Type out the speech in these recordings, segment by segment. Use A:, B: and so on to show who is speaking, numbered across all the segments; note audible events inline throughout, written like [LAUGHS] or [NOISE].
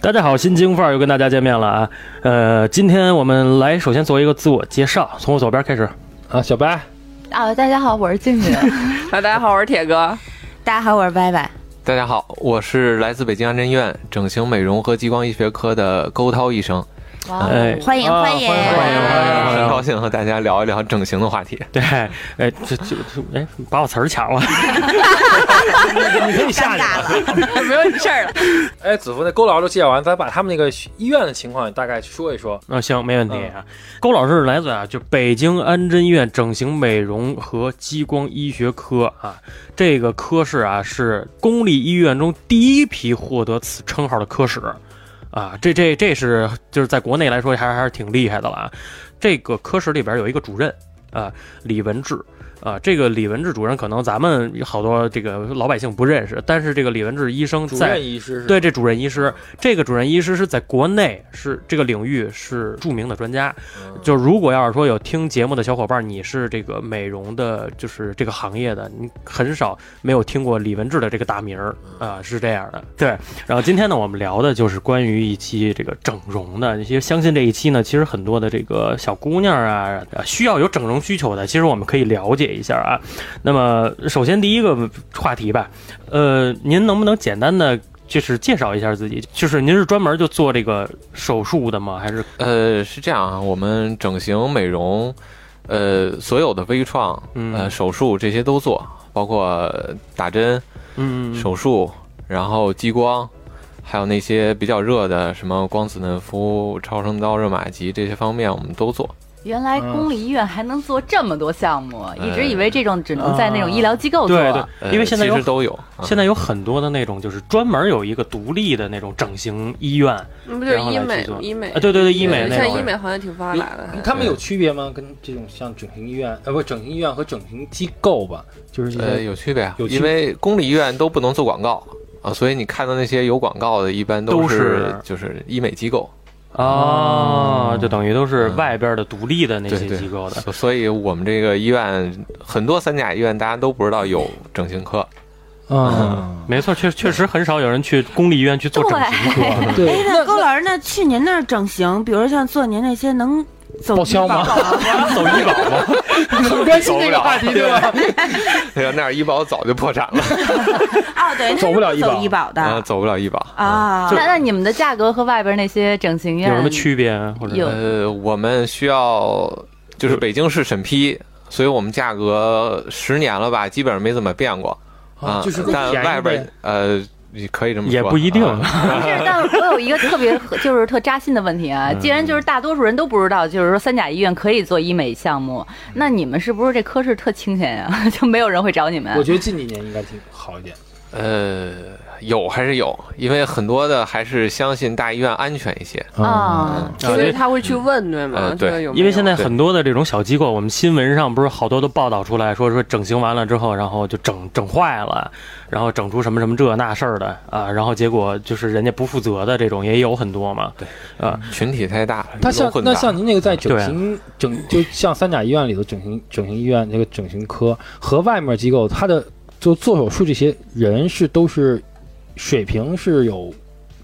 A: 大家好，新京范儿又跟大家见面了啊。呃，今天我们来首先做一个自我介绍，从我左边开始啊，小白。
B: 啊，大家好，我是静
A: [LAUGHS]
B: 姐。
C: [LAUGHS] 大家好，我是铁哥。
B: 大家好，我是歪歪。
D: 大家好，我是来自北京安贞医院整形美容和激光医学科的勾涛医生，
B: 哇哦
A: 哎
E: 欢迎
A: 啊
E: 欢迎哎
A: 欢迎欢迎欢
D: 很
A: 迎
D: 高兴和大家聊一聊整形的话题。
A: 对，哎，这这这，哎，把我词儿抢了，你可以啊下去
E: 尴尬
A: 了。
C: 没有你事儿了。
F: 哎，子福那勾老师都介绍完，咱把他们那个医院的情况大概说一说。
A: 嗯，行，没问题啊。勾老师来自啊，就北京安贞医院整形美容和激光医学科啊，这个科室啊是公立医院中第一批获得此称号的科室啊，这这这是就是在国内来说还还是挺厉害的了啊。这个科室里边有一个主任啊，李文志。啊，这个李文志主任可能咱们好多这个老百姓不认识，但是这个李文志医生
F: 主
A: 在
F: 任医师是
A: 对，这主任医师，这个主任医师是在国内是这个领域是著名的专家。
F: 嗯
A: 就如果要是说有听节目的小伙伴，你是这个美容的，就是这个行业的，你很少没有听过李文志的这个大名儿啊、是这样的。对，然后今天呢，我们聊的就是关于一期这个整容的。其实相信这一期呢，其实很多的这个小姑娘啊，啊需要有整容需求的，其实我们可以了解一下啊。那么首先第一个话题吧，呃，您能不能简单的？就是介绍一下自己，就是您是专门就做这个手术的吗？还是
D: 呃，是这样啊，我们整形美容，呃，所有的微创、
A: 嗯
D: 呃手术这些都做，包括打针、
A: 嗯
D: 手术，然后激光，还有那些比较热的什么光子嫩肤、超声刀、热玛吉这些方面，我们都做。
B: 原来公立医院还能做这么多项目，
D: 嗯
B: 一直以为这种只能在那种医疗机构做。
A: 哎
B: 啊
A: 对对，
D: 呃
A: 因为现在有
D: 其实都有，嗯
A: 现在有很多的那种，就是专门有一个独立的那种整形医院啊，
C: [LAUGHS] 那不就是医
A: 然后来
C: 美
A: 去做
C: 医美？
A: 啊对对对，医美
C: 现
A: 那啊
C: 在
A: 种
C: 医。美好像挺发达的。
F: 嗯他们有区别吗？跟这种像整形医院，呃，不，整形医院和整形机构吧，就是一
D: 呃，
F: 些
D: 有区别啊，
F: 有区
D: 因为公立医院都不能做广告啊，所以你看到那些有广告的，一般
A: 都是
D: 是就是医美机构。
A: 哦，就等于都是
D: 嗯
A: 外边的独立的那些
D: 对对
A: 机构的。
D: 所所以我们这个医院很多三甲医院大家都不知道有整形科，呃
F: 嗯，
A: 没错，确确实很少有人去公立医院去做整形
D: 嗯
A: 啊科。
E: 哎，
F: 对，
E: 那高老师，那去您那儿整形，比如像做您那些，能走
F: 报销吗
E: 医保吗？
A: 走医保吗？
F: 很 [LAUGHS] 关心这个话题，对吧？
D: 那个那儿医保早就破产了，
E: 哦，对，那
F: 走不了
E: 是
F: 医保
E: 走医保
D: 啊，
E: 的
D: 走不了医保。
E: 啊。
B: 那那你们的价格和外边那些整形
A: 有
B: 院
A: 什么？区别啊？或
B: 有
A: 者
D: 呃，我们需要就是北京市审批，所以我们价格十年了吧，基本上没怎么变过啊。
F: 就是
D: 但
F: 便宜
D: 外边
F: 呗
D: 呃，你可以这么说，
A: 也不一定。
D: 啊
B: 不是，但是我有一个特别就是特扎心的问题啊。
A: 嗯
B: [LAUGHS] 既然就是大多数人都不知道，就是说三甲医院可以做医美项目，那你们是不是这科室特清闲呀、 [LAUGHS] 就没有人会找你们？
F: 我觉得近几年应该挺好一点。
D: 呃，有还是有，因为很多的还是相信大医院安全一些。
B: 啊，
C: 所以他会去问，对吗？
D: 呃对
C: 这个有没有
A: 嗯
C: 啊
A: 因为现在很多的这种小机构，我们新闻上不是好多都报道出来说说整形完了之后，然后就整整坏了，然后整出什么什么这那事儿的啊，然后结果就是人家不负责的这种也有很多嘛。
D: 群体太大了，
F: 他
D: 鱼龙
F: 像
D: 混杂
F: 那像您那个在整
A: 对啊
F: 形整，就像三甲医院里头整形整形医院那个整形科和外面机构，他的就做手术这些人是都是水平是有，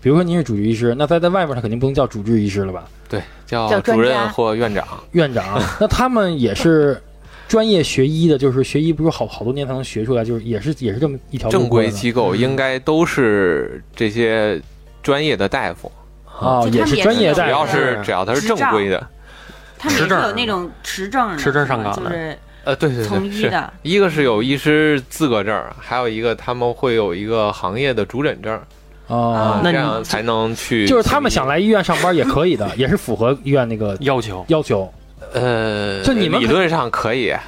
F: 比如说您是主治医师，那他在外面他肯定不能叫主治医师了吧？
D: 对
B: 叫
D: 叫
B: 专
D: 主
B: 家
D: 任或院长，
F: 院长，啊
D: [LAUGHS]
F: 那他们也是专业学医的，就是学医不是好好多年才能学出来，就是也是也是这么一条路
D: 正
F: 过来嗯
D: 规
F: 的
D: 机构应该都是这些专业的大夫，
F: 啊，
E: 就他们
F: 是
E: 也
F: 专
E: 是
F: 业
E: 有
D: 只
F: 大
D: 要
F: 夫。嗯
D: 是只要他是正规的，
E: 他们
A: 持
E: 也是
A: 证
E: 有那种持证的，
A: 持证上岗的
E: 就是
D: 呃，对对
E: 从
D: 对，
E: 医
D: 是
E: 的。
D: 一个是有医师资格证，还有一个他们会有一个行业的主诊证，
F: 啊
E: 啊，
A: 那
D: 这
A: 你
D: 样才能去。
F: 就是他们想，来医院上班也可以的，也是符合医院那个
A: 要求
F: 要求。
D: 呃，
F: 就你们
D: 理论上可以啊，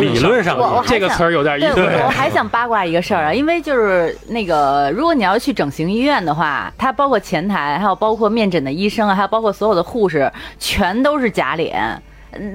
A: 理论上
B: 我我还
F: 这个
B: 想
F: 词儿有点意
B: 对，
F: 思。
B: 我我还想八卦一个事儿啊，因为就是那个，如果你要去整形医院的话，它包括前台，还有包括面诊的医生啊，还有包括所有的护士，全都是假脸。嗯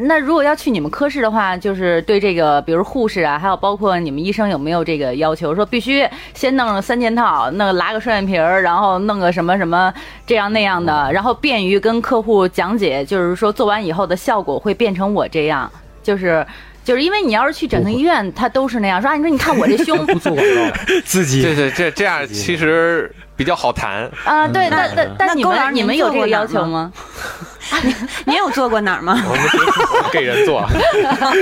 B: 那如果要去你们科室的话，就是对这个，比如护士啊，还有包括你们医生有没有这个要求，说必须先弄三件套，弄个拉个双眼皮儿，然后弄个什么什么这样那样的，然后便于跟客户讲解，就是说做完以后的效果会变成我这样，就是就是因为你要是去整形医院，他都是那样说啊，你说你看我这胸
F: 不做广告了，
A: 自己
D: 对对，这这样其实比较好谈。
B: 啊，对，
F: 嗯
B: 但但
E: 那
B: 但你
E: 勾栏
B: 们你
E: 您
B: 们有
E: 做
B: 这个
E: 过哪
B: 要
E: 儿
B: 求
E: 吗
B: 吗？
E: 你有做过哪儿吗？
D: 我们只是给人做，
A: [LAUGHS] 行啊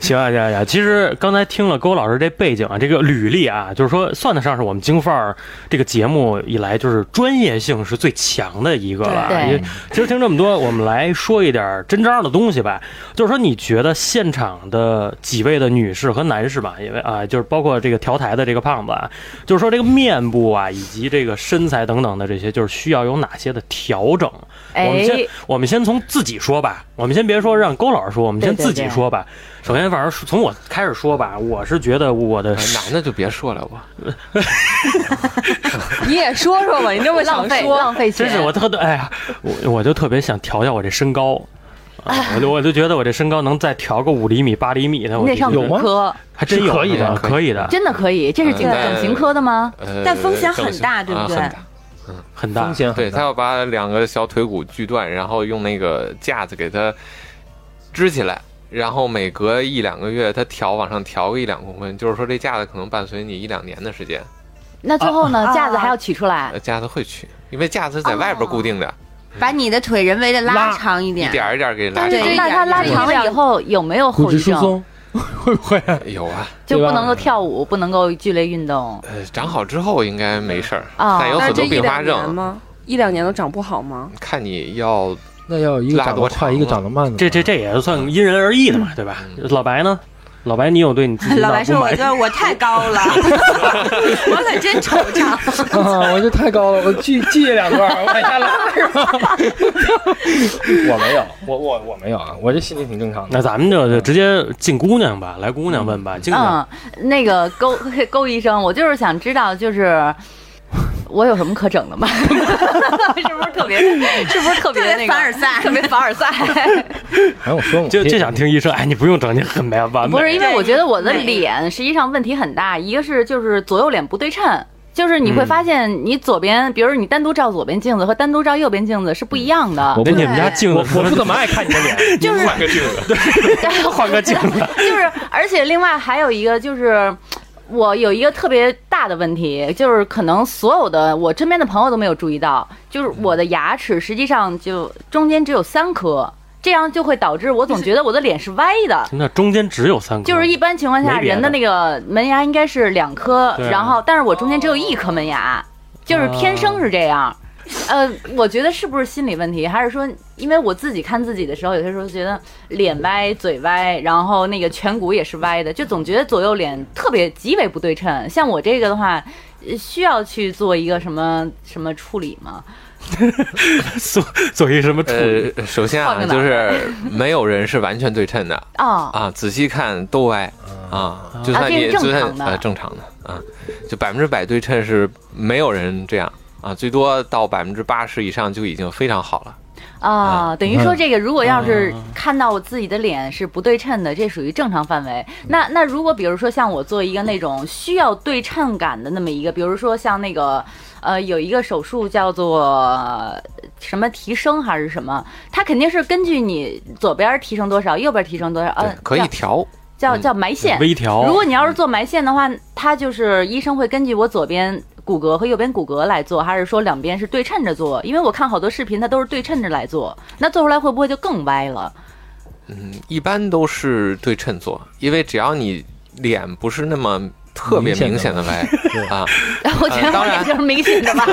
A: 行啊行啊！其实刚才听了勾老师这背景啊，这个履历啊，就是说算得上是我们京范儿这个节目以来就是专业性是最强的一个了。
B: 对
A: 因为其实听这么多，我们来说一点真章的东西吧。就是说，你觉得现场的几位的女士和男士吧，因为啊，就是包括这个调台的这个胖子啊，就是说这个面部啊，以及这个身材等等的这些，就是需要有哪些的调整？我们
B: 哎
A: 先，我们先从自己说吧，我们先别说让勾老师说，我们先
B: 对对
A: 自己
B: 对
A: 说吧。首先，反正是从我开始说吧，我是觉得我
B: 哎
A: 的
D: [LAUGHS] 男的就别说了吧。
C: 你也说说吧，你这么
B: 浪
C: 想
B: 费
C: 说，
B: 浪费钱，
A: 真是我特哎呀，我我就特别想调调我这身高。啊、
B: 哎
A: 我就我就觉得我这身高能再调个五厘米八厘米的，
B: 你
A: 我
B: 得
A: 就觉
B: 上
A: 得
F: 有
B: 骨
F: 吗
B: 科，
A: 还真有
F: 是可以的
A: 啊可以的，
B: 真的可以，这是
D: 嗯
B: 经过
D: 但
B: 整形科的吗？
D: 呃，
E: 但风险
D: 整
E: 很
D: 形
E: 大对不
D: 啊
E: 对
D: 很大
A: 很大
F: 风。险
D: 对
F: 很
D: 他
F: 大。
D: 要把两个小腿骨锯断，然后用那个架子给它支起来，然后每隔一两个月它调往上调个一两公分，就是说这架子可能伴随你一两年的时间，
B: 那最后呢，
E: 啊
B: 架子还要取出来
D: 呃，架子会去，因为架子是在外边固定的，
E: 把你的腿人为的拉
F: 拉
E: 长一
D: 一
E: 点，
D: 点儿一点儿给拉
E: 但
D: 长
E: 是。这
B: 那它拉长了以后有没有
F: 骨
B: 后
F: 质
B: 遗
F: 疏
B: 症？
F: 松 [LAUGHS] 会不会？
D: 有啊，
B: 就
F: 对吧
B: 不能够跳舞，不能够剧烈运动
D: 呃，长好之后应该没事儿，
B: 啊
D: 但有
C: 那
D: 很
C: 这
D: 多
C: 一
D: 并发
C: 两年
D: 症，
C: 吗？一两年都长不
A: [LAUGHS]
C: 好吗？
D: 看你要
F: 那要一个
D: 拉
F: 长
D: 多
F: 得
D: 长
F: 快，一个长得慢的。
A: 这这这也算因人而异的嘛，
B: 嗯
A: 对吧？老白呢？老白，你有对你自己
E: [LAUGHS] 老
A: 哪
E: 白
A: 儿不
E: 说：“我
A: 满意
E: 觉得我太高了，我可真惆怅。
F: 啊，我这太高了，我记记两段儿，我往下拉是吧？ [LAUGHS] 我没有，我我我没有啊，我这心情挺正常的。
A: 那咱们就就直接进姑娘吧，来姑娘问吧，进娘。
E: 啊
B: 嗯，那个勾 [LAUGHS] 勾医生，我就是想知道，
E: [LAUGHS]
B: 就是我有什么可整的吗？ [LAUGHS] 是不是特
E: [LAUGHS]
B: 别，是不是特别
E: 特别
B: 那个
E: 凡尔赛
B: 特别凡尔赛？
F: 反正我说过，
A: 就就想听医生，哎，你不用整，你很美完美。
B: 不是，因为我觉得我的
E: 美
B: 脸实际上问题很大，一个是就是左右脸不对称。就是你会
E: 嗯
B: 发现，你左边，比如你单独照左边镜子和单独照右边镜子是不一样的
E: 嗯
F: 我，
A: 那你们家镜子
F: 我我不怎么爱看你的脸，
B: 就是
D: 换个镜子，
B: [LAUGHS]
A: 换个镜子，
B: 就是，而且另外还有一个就是，我有一个特别大的问题，就是可能所有的我身边的朋友都没有注意到，就是我的牙齿实际上就中间只有三颗，这样就会导致我总觉得我的脸是歪的。
A: 那中间只有三颗，
B: 就是一般情况下，
A: 嗯没别的
B: 人的那个门牙应该是两颗，
A: 对啊啊
B: 然后但是我中间只有一颗门牙，就是天生是这样。呃，我觉得是不是心理问题，还是说，因为我自己看自己的时候，有些时候觉得脸歪、嘴歪，然后那个颧骨也是歪的，就总觉得左右脸特别极为不对称。像我这个的话，呃需要去做一个什么什么处理吗？
A: 做做一什么处理？
D: 呃，首先啊，
B: 换个脑
D: 就是没有人是完全对称的，
B: 哦，
D: 啊，仔细看都歪啊，就
B: 啊
D: 算
B: 这
D: 你
B: 是
D: 就
B: 正
D: 算
B: 常的
D: 呃正常的啊，就百分之百对称是没有人这样啊，最多到百分之八十以上就已经非常好了。
B: 啊，等于说
F: 嗯
B: 这个，如果要是
A: 啊
B: 看到我自己的脸是不对称的，这属于正常范
D: 嗯
B: 围。那那如果比如说像我做一个那种需要对称感的那么一个，比如说像那个呃有一个手术叫做呃什么提升还是什么，它肯定是根据你左边提升多少，右边提升多少，
D: 对
B: 呃，，
D: 可以调，
B: 叫叫
D: 嗯
B: 叫埋线。
A: 微调。
B: 如果你要是做埋线的话，它就是医生会根据我左边骨骼和右边骨骼来做，还是说两边是对称着做？因为我看好多视频，它都是对称着来做，那做出来会不会就更歪了？
D: 嗯，一般都是对称做，因为只要你脸不是那么特别明显的歪
F: 对
D: 啊，
B: 我觉得
D: 当
B: 我
D: 然
B: 脸就是明显的吧。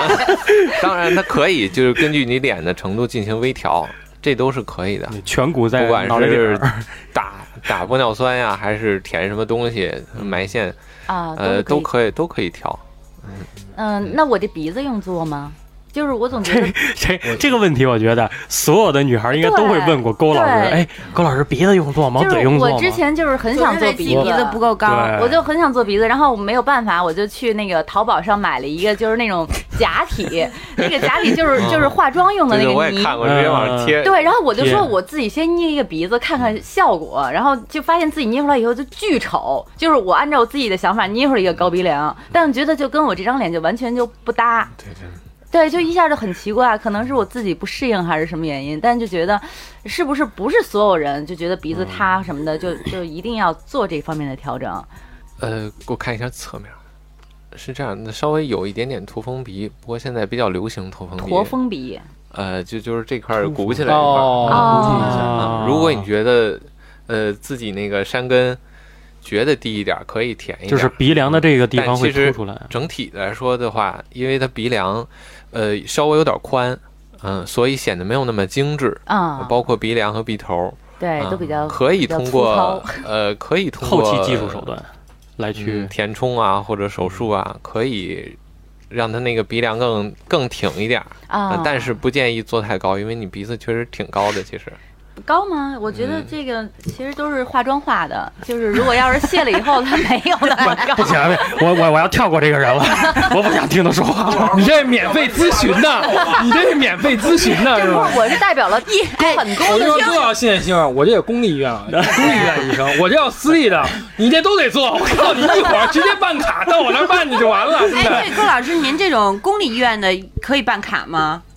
D: 当然它可以就是根据你脸的程度进行微调，这都是可以的。
A: 你颧骨在
D: 不管
A: 脑袋顶
D: 是
A: 儿，
D: 打打玻尿酸呀，还是填什么东西埋线， [LAUGHS]
B: 啊，
D: 呃，
B: 都
D: 都
B: 可以。
D: 可以都可以调。
B: 嗯，那我这鼻子用做吗？就是我总觉得
A: 这这个问题，我觉得所有的女孩应该都会问过勾老师。
B: 对
A: 哎，勾老师鼻子用做吗？
B: 就是
A: 嘴用做吗
B: [LAUGHS] 我？之前就是很
E: 总
B: 想
E: 认
B: 做
E: 为自己鼻子不够高，
A: 对，
B: 我就很想做鼻子，然后我没有办法，我就去那个淘宝上买了一个，就是那种假体，那个假体就是就是化妆用的那
D: 对对，
B: 个
D: 我
B: 泥
D: 也看过，直接往
A: 嗯
D: 上贴。
B: 对，然后我就
A: 贴
B: 说我自己先捏一个鼻子看看效果，然后就发现自己捏出来以后就巨丑，就是我按照我自己的想法捏出来一个高鼻梁，但我觉得就跟我这张脸就完全就不搭。
D: 对对，
B: 对，就一下就很奇怪，可能是我自己不适应还是什么原因，但就觉得是不是不是所有人就觉得鼻子
D: 嗯
B: 塌什么的，就就一定要做这方面的调整。
D: 呃，给我看一下侧面，是这样，那稍微有一点点驼峰鼻，不过现在比较流行驼峰鼻。
B: 驼峰鼻，
D: 呃，就就是这块儿鼓起来一块儿。
F: 哦，
B: 哦
D: 啊如果你觉得呃自己那个山根觉得低一点儿，可以舔一点儿。
A: 就是鼻梁的这个地
D: 但
A: 方会
D: 其实
A: 凸出来，
D: 整体来说的话，因为它鼻梁呃稍微有点宽，嗯、所以显得没有那么精致。
B: 嗯，
D: 包括鼻梁和鼻头儿，
B: 对，
D: 啊
B: 哎都比较
D: 可以
B: 比较
D: 通
B: 粗
D: 过
B: 糙
D: 呃，可以通
A: 后
D: 过
A: 期技术手段来去
D: 嗯、填充啊，或者手术啊，可以让它那个鼻梁更更挺一点儿、
B: 啊
D: 呃，但是不建议做太高，因为你鼻子确实挺高的。其实，
B: 高吗？我觉得这个其实都是化妆化的，就是如果要是卸了以后，它没有那么高
A: [LAUGHS] 不。行，我我我要跳过这个人了，我不想听他说话
B: [LAUGHS]
A: 了。
F: 你这是免费咨询的，你这是免费咨询的
B: 就是是
F: 吧？
B: 我是代表了一很
F: 我
E: 哎
F: 就
B: 公的
F: 说
B: 精
F: 多少现性，啊我这有公立医院，
E: [LAUGHS]
F: 公立医院医生，我这有私立的，你这都得做。我告诉你，一会儿直接办卡到我那儿办你就完了。现在
E: 哎，对，周老师，您这种公立医院的可以办卡吗？呃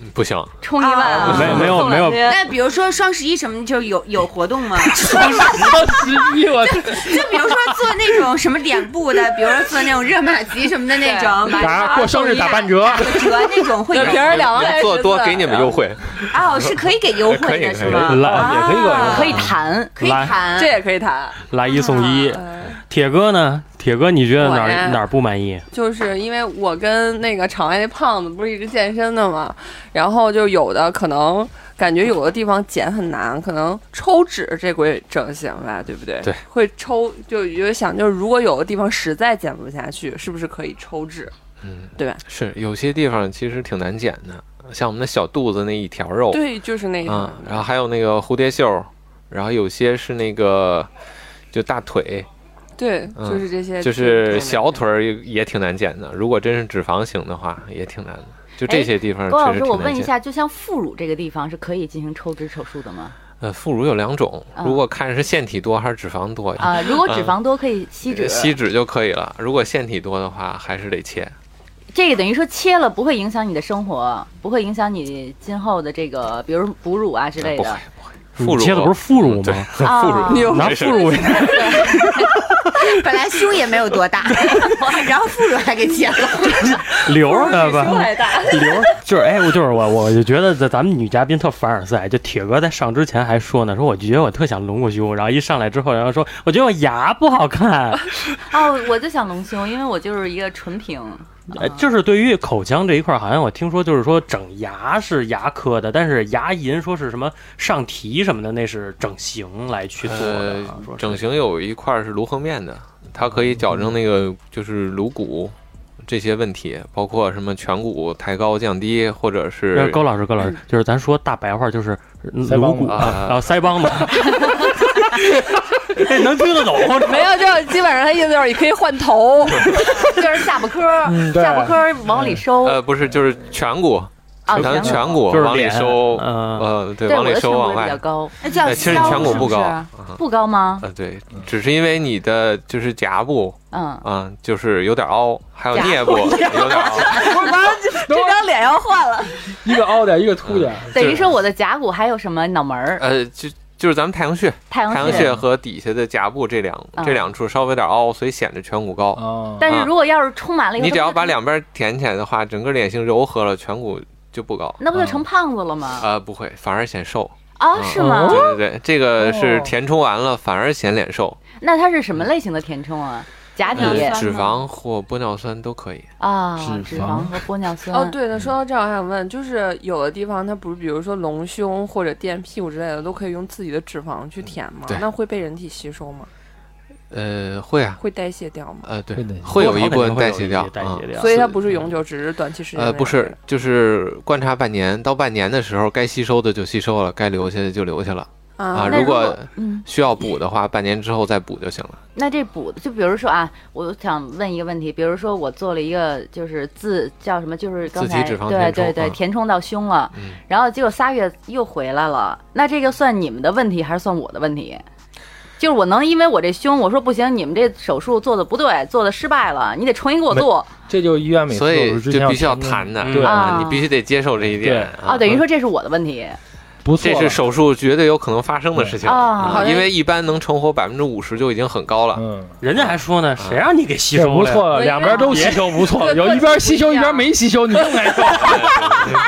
D: 嗯不行，
B: 充一万啊，
A: 没没有
B: 送
A: 没有
B: 两千
E: 那比如说双十一什么，就有有活动吗？
F: 十一，我
E: 就比如说做那种什么脸部的，比如说做那种热玛吉什么的那种，买
F: 打过生日打半折，
E: 折那种 [LAUGHS] 会
C: [LAUGHS]
E: 有
B: 那瓶儿两万
D: 你
C: 啊
B: 块
D: 做
B: 十
D: 多
B: 四
D: 给你们优惠，
E: 哦，是可以给优惠的是吗？
A: 来
F: 也可以管
B: 可以啊谈。
E: 可以谈
C: 这，也可以谈。
A: 来一送一，
B: 啊
C: 呃，
A: 铁哥呢？铁哥，你觉得哪
C: 我呀
A: 儿哪儿不满意？
C: 就是因为我跟那个场外那胖子不是一直健身的嘛，然后就有的可能感觉有的地方减很难，可能抽脂这归整形吧，对不对？
D: 对，
C: 会抽就有点想，就是如果有的地方实在减不下去，是不是可以抽脂？
D: 嗯，
C: 对吧？
D: 是有些地方其实挺难减的，像我们的小肚子那一条肉，
C: 对，就是那个。
D: 嗯，然后还有那个蝴蝶袖，然后有些是那个就大腿，
C: 对，
D: 嗯
C: 就是这些，
D: 就是小腿儿也也挺难减的。如果真是脂肪型的话，也挺难的。就这些地方
B: 郭老
D: 确实
B: 师，我
D: 挺难
B: 问一
D: 减。
B: 下，就像副乳这个地方是可以进行抽脂手术的吗？
D: 呃，副乳有两种，
B: 嗯
D: 如果看是腺体多还是脂肪多，
B: 啊，如果脂肪多可以吸脂，
D: 吸脂就可以了。如果腺体多的话，还是得切。
A: 嗯
B: 这个等于说切了不会影响你的生活，不会影响你今后的这个，比如哺乳啊之类
D: 不会
B: 的。
D: 不会，
A: 你
D: 副乳
A: 切的不是副乳
D: 嗯对 [LAUGHS]
A: 吗？
B: 啊
D: 副乳
C: 有
A: 拿副乳，
E: 本来胸也没有多 [LAUGHS] 大，然后副乳还给切了，
A: 留着它吧。
C: 大，
A: [LAUGHS] 留就是哎，我就是我，我就觉得咱咱们女嘉宾特凡尔赛。就铁哥在上之前还说呢，说我觉得我特想隆过胸，然后一上来之后，然后说我觉得我牙不好看，
B: 哦，我就想隆胸，因为我就是一个纯平。
A: 呃，就是对于口腔这一块儿，好像我听说就是说整牙是牙科的，但是牙龈说是什么上提什么的，那是整形来去做的，好像说是
D: 呃，整形有一块儿是颅横面的，它可以矫
A: 嗯
D: 正那个就是颅骨这些问题，包括什么颧骨抬高降低，或者
A: 呃
D: 是
A: 高老师，高老师，就是咱说大白话，就是
F: 嗯腮帮
A: 颅骨
F: 子
A: 啊
D: 啊，
A: 然后腮帮子， [LAUGHS] 这能听得懂吗？
C: 没有，就是基本上他意思就是你可以换头，
B: 就是下巴颏
F: 嗯
B: 儿，
F: 对 [LAUGHS]
B: 下巴颏儿往里收
D: 呃不是就是颧骨，
B: 啊，
D: 咱们
B: 颧
D: 颧
A: [LAUGHS]
D: 骨
A: 就是
D: 往里
A: 脸
D: 收，
A: 嗯
D: 呃对，
B: 对我
D: 呃往里
B: 的颧
D: 收
B: 骨
D: 往
B: 也比较
D: 外。
B: 高，
E: 那叫
D: 哎其实你
E: 削
D: 颧骨不高，
E: 是是
D: 啊
B: 不高吗？
D: 呃对，只是因为你的就是颊部
B: 嗯，
D: 啊，就是有点凹，还有
B: 颊
D: 颞部有点凹，
E: 这张脸要换了，
F: 一个凹点，一个凸点，
B: 等
D: 就
B: 于
D: 是
B: 说我的颊骨还有什么脑门儿、
D: 呃就就是咱们太阳穴。
B: 太
D: 太
B: 阳
D: 阳穴和底下的颊部这两
B: 啊
D: 这两处稍微有点凹，所以显得颧骨高。
F: 啊，
B: 但是如果要是充满了以后，
D: 你只要
B: 嗯那不
D: 把
B: 就，
D: 两边填起来的话，整个脸型柔和了，颧骨就不高。
B: 那不就成胖子了吗？
D: 呃，不会，反而显瘦。
B: 啊，
D: 嗯
B: 是吗？
D: 对对对，这个是
F: 哦
D: 填充完了，反而显脸瘦。
B: 那它是什么类型的填充啊？假体
D: 呃
E: 尿酸吗
D: 脂肪或玻尿酸都可以。
B: 啊，
F: 脂
B: 脂
F: 肪
B: 肪和玻尿酸。
C: 哦，对那说到这儿，我还想问，就是有的地方它不是，比如说隆胸或者垫屁股之类的，都可以用自己的脂肪去填吗
D: 对？
C: 那会被人体吸收吗？
D: 呃，会啊，
C: 会代谢掉吗？
D: 呃，对
F: 会的，
D: 会有一部分
A: 会有
D: 代
A: 一
D: 谢掉
A: 些，代谢
D: 嗯
A: 掉啊
C: 所以它
D: 是
C: 不是永久，只是短期时间内。
D: 呃，不是，就是观察半年，到半年的时候，该吸收的就吸收了，该留下的就留下了啊。
C: 啊
B: 那，
D: 如
B: 如果
D: 果
B: 嗯，
D: 需要补的话，半年之后再补就行了。
B: 那这补就比如说啊，我想问一个问题，比如说我做了一个就是自叫什么，就是刚
D: 自体
B: 才
D: 脂肪
B: 对
D: 填充
B: 对对
D: 嗯
B: 填充到胸了，
D: 嗯
B: 然后结果仨月又回来了，那这个算你们的问题还是算我的问题？就是我能因为我这胸，我说不行，你们这手术做的不对，做的失败了，你得重新给我做。
F: 这就是医院每次
D: 所
F: 手
D: 以
F: 术之前
D: 就必须要
F: 签的
D: 谈的，
A: 嗯
F: 对，
B: 啊
D: 你必须得接受这一点
A: 啊
D: 啊
B: 哦，等于说这是我的问题
F: 不错
D: 这
F: 了，
D: 是手术绝对有可能发生的事情，
B: 啊
C: 好像
D: 因为一般能成活百分之五十就已经很高了。
F: 嗯，
A: 人家还说
D: 啊
A: 呢，谁让你给吸
F: 这
A: 收
F: 不
A: 了呀？
F: 错了，两边都吸收不错了，
C: 对
F: 有一边吸收一边没吸收，你更难受。
D: [LAUGHS]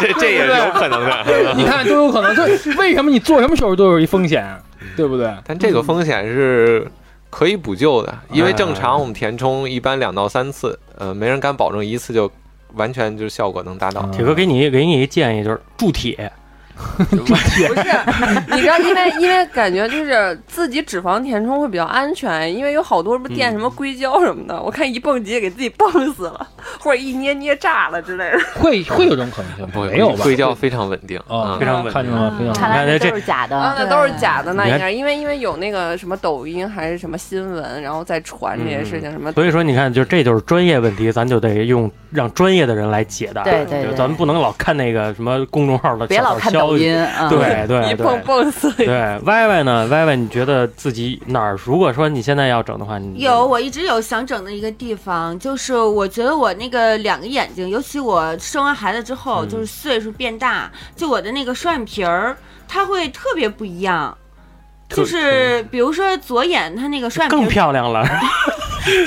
D: 这这也是有可能的。
F: 你看都有可能，这为什么你做什么手术都有一风险，对不对？
D: [LAUGHS] 但这个风险是可以补救的，因为正
F: 嗯
D: 常我们填充一般两到三次，呃，没人敢保证一次就完全就是效果能达
F: 嗯
D: 到。
A: 铁哥给你给你一建议，就是铸铁，
C: 不是，你知道，因为因为感觉就是自己脂肪填充会比较安全，因为有好多什么垫
A: 嗯
C: 什么硅胶什么的，我看一蹦极也给自己蹦死了，或者一捏捏炸了之类的。
F: 会会有这种可能性吗？
D: 不会
F: 没有吧？
D: 硅胶非常稳定
F: 啊，
A: 非
D: 嗯
A: 常稳
F: 看见了吗？非常
B: 看
F: 稳
B: 来
A: 你看这
B: 都是假
C: 啊，
B: 的。
C: 那
E: 对
C: 都是假的，那
A: 你
C: 应
A: 看
C: 该是因为因为有那个什么抖音还是什么新闻，然后再传这些事情，
B: 啊
C: 什么
A: 所以说你看，就这就是专业问题，咱就得用让专业的人来解答。
B: 对对对
A: 咱们不能老看那个什么公众号的
B: 别老看抖音，
A: 小
B: 啊。
A: 道消息，对
C: 一
D: 哎
A: 对
B: [LAUGHS]
C: 蹦
A: 对。
C: 蹦死。
A: 对歪歪呢？歪歪，你觉得自己哪儿？如果说你现在要整的话，你
E: 有，我一直有想整的一个地方，就是我觉得我那个两个眼睛，尤其我生完孩子之后，
A: 嗯
E: 就是岁数变大，就我的那个双眼皮儿，它会特别不一样。
A: 特
E: 就是比如说左眼它那个双眼
A: 更
E: 皮
A: 漂亮了。
E: 儿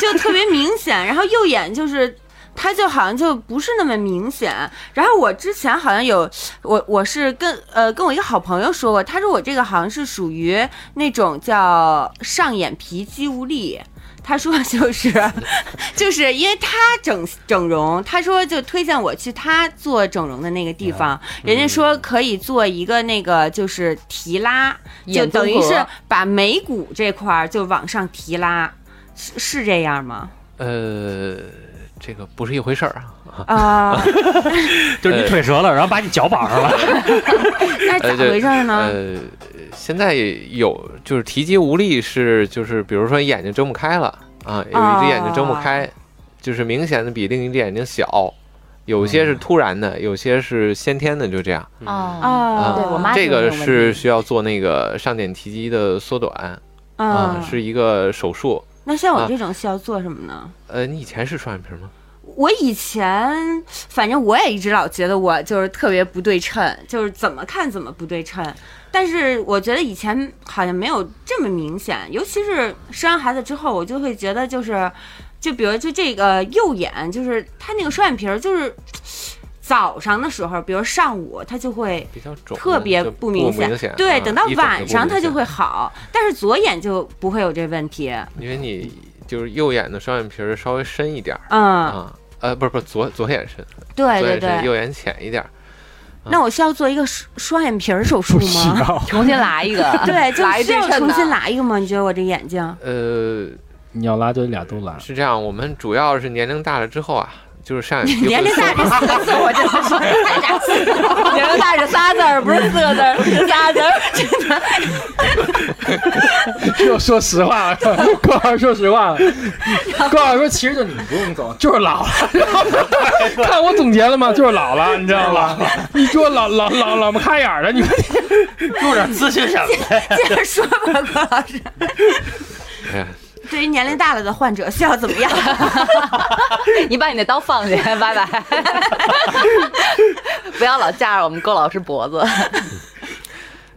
E: 就特别明显，然后右眼就是。它就好像就不是那么明显，然后我之前好像有我我是跟呃跟我一个好朋友说过，他说我这个好像是属于那种叫上眼皮肌无力，他说就是 [LAUGHS] 就是因为他整整容，他说就推荐我去他做整容的那个地方，人家说可以做一个那个就是提拉，就
B: 眼
E: 等于
B: 综合
E: 是把眉骨这块儿就往上提拉，是是这样吗？
D: 呃，这个不是一回事儿啊。
E: 啊、
A: 就是你腿折了，然后把你脚绑上了。
E: [LAUGHS] 那咋回事儿呢？
D: 呃，现在有就是提肌无力是就是比如说眼睛睁不开了啊，有一只眼睛睁不
E: 啊
D: 开，就是明显的比另一只眼睛小，有些是突然的，有些是先天的，就这样。
A: 嗯
B: 啊，
E: 嗯啊，
B: 对我妈
D: 这
B: 就是这
D: 个
B: 种
D: 是
B: 问题
D: 需要做那个上睑提肌的缩短啊，
E: 嗯，
D: 是一个手术。
E: 那像我
D: 啊
E: 这种需要做什么呢？
D: 呃，你以前是双眼皮吗？
E: 我以前反正我也一直老觉得我就是特别不对称，就是怎么看怎么不对称。但是我觉得以前好像没有这么明显，尤其是生完孩子之后，我就会觉得就是，就比如就这个右眼，就是它那个双眼皮儿，就是 [SNIFFS] 早上的时候，比如上午它就会
D: 比较肿，
E: 特别
D: 就
E: 不
D: 不
E: 明显
D: 显
E: 对，
D: 啊
E: 等到
D: 一整
E: 晚
D: 不
E: 上
D: 明
E: 它就
D: 显
E: 会好，但是左眼就不会有这问题。
D: 因为你就是右眼的双眼皮儿稍微深一点儿
E: 嗯，
D: 啊，呃，不是不是左左眼深，
E: 对
D: 左
E: 哎对
D: 眼深，
E: 对。
D: 右眼浅一点儿。
E: 那我需要做一个双双眼皮儿手术吗？，
F: 啊嗯
B: 重新来一个
A: [LAUGHS]
E: [LAUGHS]
B: [LAUGHS]
E: 对，就
C: 来一
E: 需要
C: 对称
E: 重
C: 的
E: 新来一个啊吗？你觉得我这眼睛？
D: 呃，
F: 你要拉就俩都拉，
D: 是这样，我们主要是年龄大了之后啊，就是上眼皮
E: 年龄大这四个字，我真的是太扎心了。
B: 年龄大是仨字儿，不是四个字儿，是仨字儿。
F: [LAUGHS] 又说实话了， [LAUGHS] 郭老师说实
E: [LAUGHS]
F: 话了，郭老师说其实就你不用走，就是老了。 [LAUGHS] 看我总结了吗？就是老了，你知道 [LAUGHS] 吗？你说老老老老不开眼儿的，你们
A: 住点咨询什么？
E: 接着说吧，郭老师。
D: 哎呀
E: 对于年龄大了的患者，需要怎么样？ [LAUGHS]
B: 你把你那刀放下，拜 [LAUGHS] 拜。不要老架着我们郭老师脖子。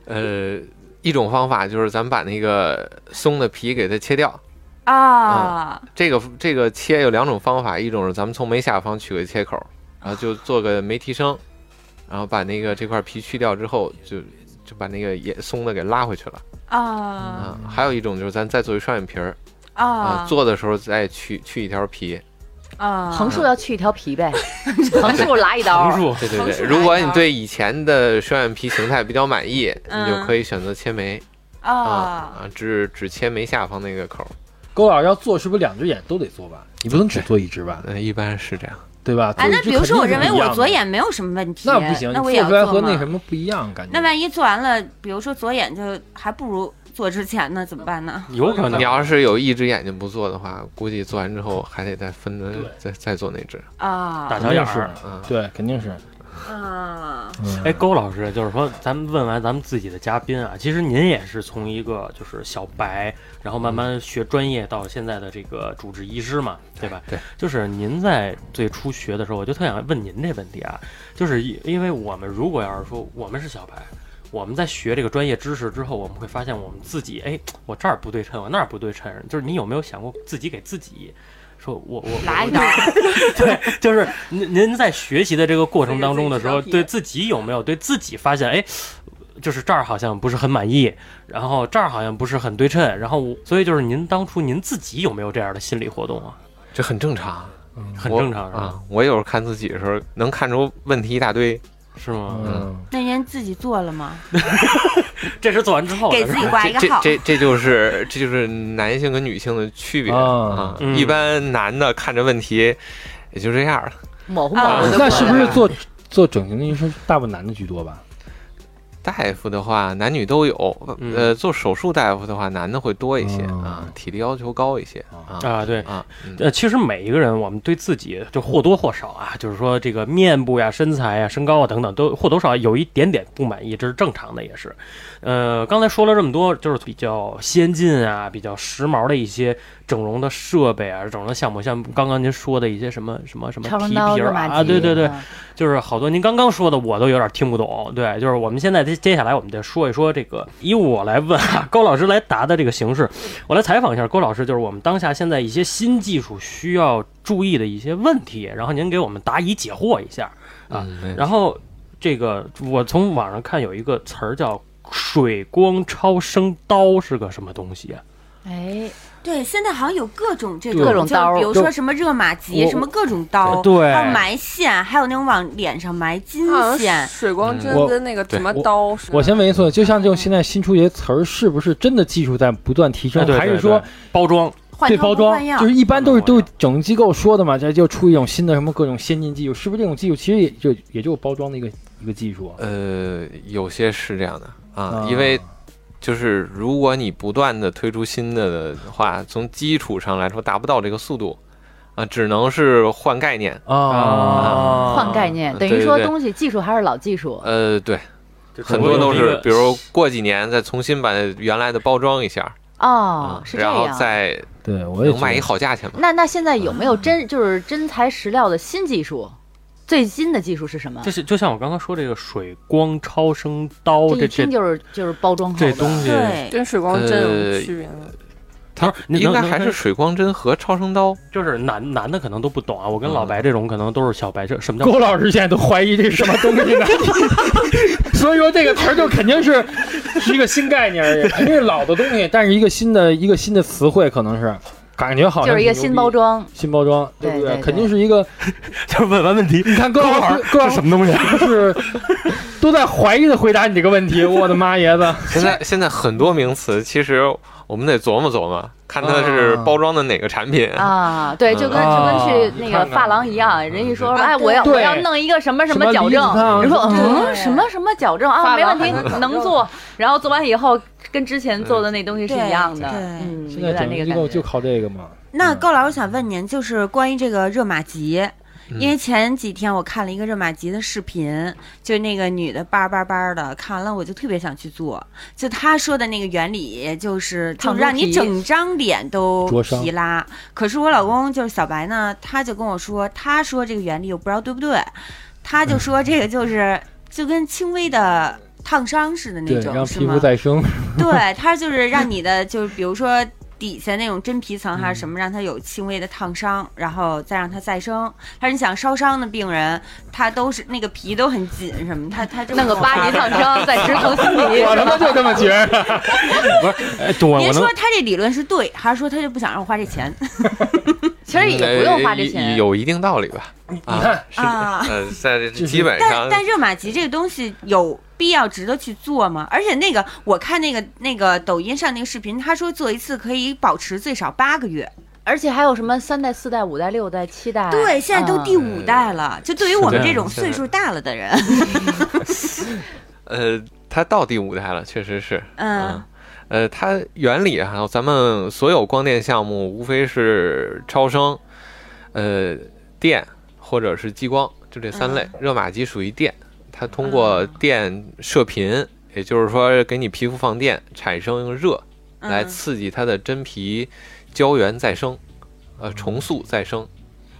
D: 呃，一种方法就是咱们把那个松的皮给它切掉。
E: 啊，
D: 这个这个切有两种方法，一种是咱们从眉下方取个切口，然后就做个眉提升，然后把那个这块皮去掉之后，就就把那个也松的给拉回去了
E: 啊
D: 啊。还有一种就是咱再做一双眼皮儿啊，
E: 啊
D: 做的时候再去去一条皮。
E: 啊！
B: 横竖要去一条皮呗，横竖拉一刀
A: 横。竖
D: 对对
E: 横竖
D: 对，
E: 哦来
D: 如果
E: 一
D: 你
E: 条
D: 对以前的双眼皮形态比较满意，你
E: 嗯
D: 就可以选择切眉。
E: 啊，
D: 啊，只只切眉下方那个口儿，
F: [LAUGHS] 郭老师要做，是不是两只眼都得做吧？你不能只做一只吧，
D: 嗯，一般是这样。
F: 对吧？
E: 哎，那比如说，我认为我左眼没有什么问题，
F: 那不行，你
E: 那我
F: 做
E: 也要
F: 出来和
E: 做吗
F: 那什么不一样，感觉。
E: 那万一做完了，比如说左眼就还不如做之前呢，怎么办呢？
A: 有可能
D: 你要是有一只眼睛不做的话，估计做完之后还得再分着再再做那只。
E: 啊
A: 打小眼
F: 肯定
A: 儿
F: 是，
D: 嗯，
F: 对，肯定是
E: 啊，
F: 嗯
A: 哎，勾老师，就是说，咱们问完咱们自己的嘉宾啊，其实您也是从一个就是小白，然后慢
D: 嗯
A: 慢学专业到现在的这个主治医师嘛，对吧？
D: 对，
A: 就是您在最初学的时候，我就特想问您这问题啊，就是因因为我们如果要是说我们是小白。我们在学这个专业知识之后，我们会发现我们自己，哎，我这儿不对称，我那儿不对称。就是你有没有想过自己给自己，说我我
B: 来
A: 我
B: 一刀，
A: 就是您您在学习的这个过程当中的时候，
C: 自己
A: 对自己有没有对自己发现，哎，就是这儿好像不是很满意，然后这儿好像不是很对称，然后我所以就是您当初您自己有没有这样的心理活动啊？
D: 这很正常，
A: 很
D: 我
A: 正常是吧？
D: 啊。我有时候看自己的时候，能看出问题一大堆。
A: 是吗？
F: 嗯，
E: 那您自己做了吗？
A: 这是做完之后的
E: 给
A: 是
E: 自
A: 吧
E: 己挂一个
D: 这
E: 号。
D: 这这这就是这就是男性跟女性的区别
F: 啊
D: 啊！
A: 嗯
D: 一般男的看着问题也就这样了，
B: 模糊模糊
E: 啊
B: 的。
F: 那是不是做做整形的医生大部分男的居多吧？
D: 大夫的话，男女都有。
A: 嗯
D: 呃，做手术大夫的话，男的会多一些、
F: 嗯
D: 啊，体力要求高一些啊
A: 啊？对。
D: 啊。嗯
A: 呃，其实每一个人，我们对自己就或多或少啊，就是说这个面部呀、身材呀、身高啊等等，都或多或少有一点点不满意，这是正常的，也是。呃，刚才说了这么多，就是比较先进啊、比较时髦的一些整容的设备啊、整容的项目，像刚刚您说的一些什么什么什么
B: 超声
A: 提
B: 刀、
A: 皮
B: 热
A: 儿
B: 玛
A: 啊，
B: 吉
A: 对对对，
B: 嗯
A: 就是好多您刚刚说的，我都有点听不懂。对，就是我们现在接接下来我们再说一说这个，以我来问啊， [LAUGHS] 高老师来答的这个形式，我来采访一下高老师，就是我们当下现在一些新技术需要注意的一些问题，然后您给我们答疑解惑一下。啊
D: 嗯
A: 然后这个我从网上看有一个词儿叫“水光超声刀”，是个什么东西啊？
B: 哎，
E: 对，现在好像有各种这
F: 对
E: 种
B: 各种刀
E: 就比如
F: 就
E: 说什么热玛吉，
F: 我
E: 什么各种刀，
A: 对
E: 还有埋线，还有那种往脸上埋金
C: 好像
E: 线。
C: 水光
F: 嗯
C: 针
F: 我
C: 跟那个什么
F: 对我
C: 刀似的。
F: 我先问一次，就像这种现在新出这些词儿，是不是真的技术在不断提升，
A: 哎对
F: 还
A: 对
F: 是说
A: 对包装？
E: 换
F: 对
E: 汤
F: 包
E: 不
F: 装
E: 换，药
F: 就是一般都是
A: 换汤不
F: 都
A: 换
F: 是整容机构说的嘛，这就出一种新的什么各种先进技术，是不是这种技术其实也就也就包装的一个一个技术
D: 呃，有些是这样的啊，
F: 啊？
D: 因为就是如果你不断的推出新的的话，从基础上来说达不到这个速度啊，只能是换概念。
F: 啊，
B: 换概念，
D: 嗯
B: 等于
D: 对
B: 说
D: 对
B: 东西技术还是老技术。
A: 啊
D: 呃，对，
A: 就
D: 很多都
A: 只不过有
D: 是
A: 一，
D: 比
A: 个
D: 如过几年再重新把原来的包装一下，
B: 哦
D: 啊，，
B: 是这
D: 然后
B: 样。
D: 再
F: 对我也
D: 能卖一
F: 觉
D: 好价钱吧。
B: 那那现在有没有真就是真材实料的新技术？最新的技术是什么？
A: 就是就像我刚刚说这个水光超声刀，
B: 这
A: 哦这
B: 一听就是就是包装后
A: 这
B: 的
A: 东西，
E: 对，
C: 跟水光针
D: 呃
C: 有区别吗？
A: 他说
D: 应该还是水光针和超声刀，
A: 就是男男的可能都不懂啊，我跟
D: 嗯
A: 老白这种可能都是小白，这什么
F: 得
A: 叫
F: 郭老师现在都怀疑这是什么东西呢， [LAUGHS] 所以说这个词儿就肯定是是一个新概念而已，肯定是老的东西，但是一个新的一个新的词汇，可能是感觉好像
B: 就是一个
F: 挺牛
B: 新
F: 逼
B: 包。装。
F: 新包装，对不
B: 对对对
F: 肯定是一个。
A: [LAUGHS] 就是问完问题，
F: [LAUGHS] 你看，各位老师，各位老师
A: 么东西？
F: 是都在怀疑的回答你这个问题。我的妈爷子！
D: 现在现在很多名词，其实我们得琢磨琢磨，看它是
F: 啊
D: 包装的哪个产品。 [LAUGHS]
B: 啊，对，就跟就
F: 啊
B: 跟去那个
F: 你看看
B: 发廊一样，人一说
C: 对
B: 哎，我要
F: 对
B: 我要弄一个什么什么矫
F: 什么离子烫
B: 正，人说嗯
C: 对
B: 什么什么矫正啊，
C: 发
B: 没问
C: 廊
B: 题
C: 还能，矫
B: 能
C: 正
B: 做。然后做完以后，跟之前做的那东西是一
E: 对
B: 样的，
E: 对
B: 嗯，
F: 现
B: 有
F: 在
B: 点
F: 整个
B: 那个
F: 机
B: 感
F: 构就
B: 觉。
F: 靠这个嘛。
E: 那
F: 嗯
E: 高老师，我想问您，就是关于这个热玛吉，
D: 嗯
E: 因为前几天我看了一个热玛吉的视频，就那个女的叭叭叭的，看完了我就特别想去做。就她说的那个原理，就是就
B: 烫猪
E: 让你
B: 皮
E: 整张脸都
F: 灼伤
E: 皮拉。可是我老公就是小白呢，他就跟我说，他说这个原理我不知道对不对，他就说这个就是就跟轻微的烫伤似的那
F: 对，
E: 种，
F: 让
E: 是
F: 皮
E: 吗
F: 肤再
B: [LAUGHS]
F: 生。
D: [LAUGHS]
E: 对，它就是让你的，就是比如说底下那种真皮层
D: 嗯
E: 还是什么，让它有轻微的烫伤，然后再让它再生。但是你想烧伤的病人，他都是那个皮都很紧什么，他他这么
B: 弄个
E: 做法
B: 巴黎烫伤，再植头新皮，
F: 我他妈就这么觉得。
A: 哎，对，我
E: 您
A: 能
E: 说他这理论是对，还是说他就不想让我花这钱
B: 其实也不用花这
D: 呃
B: 钱。
D: 有一定道理吧？
F: 你看，
D: [LAUGHS] 是
F: [LAUGHS]
D: [LAUGHS] 嗯
E: 啊？
D: 呃，在这
F: 就是
D: 基本
E: 但
D: 上，
E: 但热玛吉这个东西有必要值得去做吗？而且那个我看那个那个抖音上那个视频，他说做一次可以保持最少八个月。
B: 而且还有什么三代、四代、五代、六代、七代？
E: 对，现在都
B: 嗯
E: 第五代了，就对于我们这种
D: 是的
E: 岁数大了的人，
D: 呃，它到第五代了，确实是。
E: 嗯
D: 嗯。呃，它原理啊，咱们所有光电项目无非是超声、
B: 嗯
D: 呃电或者是激光，就这三类。热玛吉属于电，它通过
E: 啊
D: 电射频，也就是说给你皮肤放电，产生热
E: 嗯
D: 来刺激它的真皮胶原再生，呃，重塑再生。
A: 嗯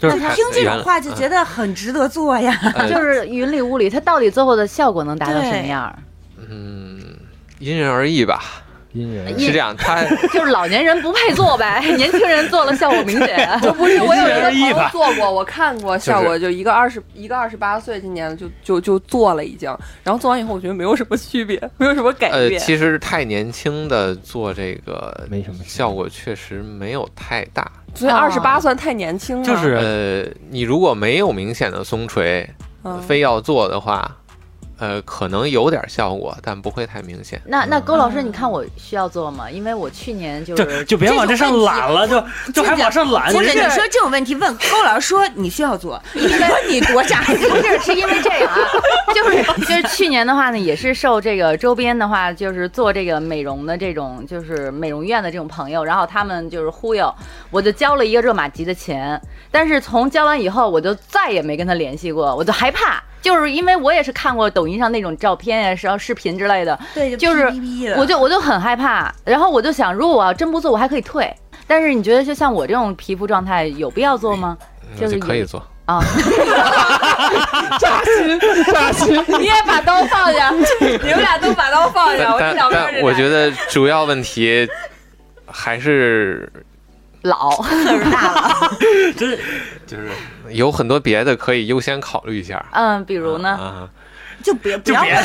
A: 就是
E: 那听这种话就觉
D: 得
E: 得很值得做呀。
B: 就
D: 呃，
B: 是云里雾里，它到底最后的效果能达到什么样儿？
D: 嗯，因人而异吧，
F: [LAUGHS] 因 [LAUGHS] 人
D: 是这样，它。
B: 就是老年人不配做呗， [LAUGHS] 年轻人做了效果明显。
C: 就不是我有一个
A: 人
C: 朋
A: 一
C: 友
A: 吧
C: 做过，我看过效
D: 就
C: 果，就一个二十一个二十八岁，今年的就就就做了已经，然后做完以后我觉得没有什么区别，没有什么改
D: 呃，
C: 变。
D: 其实太年轻的做这个
F: 没什么
D: 效果确实没有太大。
C: 所以
B: 啊
C: 二十八算太年轻了，
A: 就是
D: 呃，你如果没有明显的松垂，
C: 嗯
D: 非要做的话，呃，可能有点效果，但不会太明显。
B: 那那勾老师，你看我需要做吗？因为我去年就
A: 就是就别往这上揽了，就就还往上
D: 嗯
A: 揽，
E: 或
D: 哎
E: 者
A: 人家
E: 你说这种问题问高老师说你需要做， [LAUGHS] 你说你多
B: [LAUGHS]
E: 傻，
B: 不是，是因为这个啊，就是就是去年的话呢，也是受这个周边的话，就是做这个美容的这种就是美容院的这种朋友，然后他们就是忽悠，我就交了一个热玛吉的钱，但是从交完以后，我就再也没跟他联系过，我就害怕，就是因为我也是看过抖音上那种照片呀、然后视频之类的，
E: [LAUGHS] 对，
B: 就是
E: 逼逼的
B: [LAUGHS] 我就我就很害怕，然后我就想，如果我要真不做，我还可以退。但是你觉得就像我这种皮肤状态，有必要做吗？
D: 嗯
B: 就是
D: 就可以
B: 有
D: 做。
B: 啊，
F: [LAUGHS]
B: [LAUGHS]
C: 你也把刀放下，你们俩都把刀放啊下，我就
D: 但
C: 想
D: 但
C: 看着
D: 但我觉得主要问题还是
B: 老
E: [LAUGHS]
A: 真
D: 就是有很多别的可以优先考虑一下。
B: 嗯，比如呢？
D: 啊，
E: 就别不
A: 就
E: 要
A: 别
D: [LAUGHS]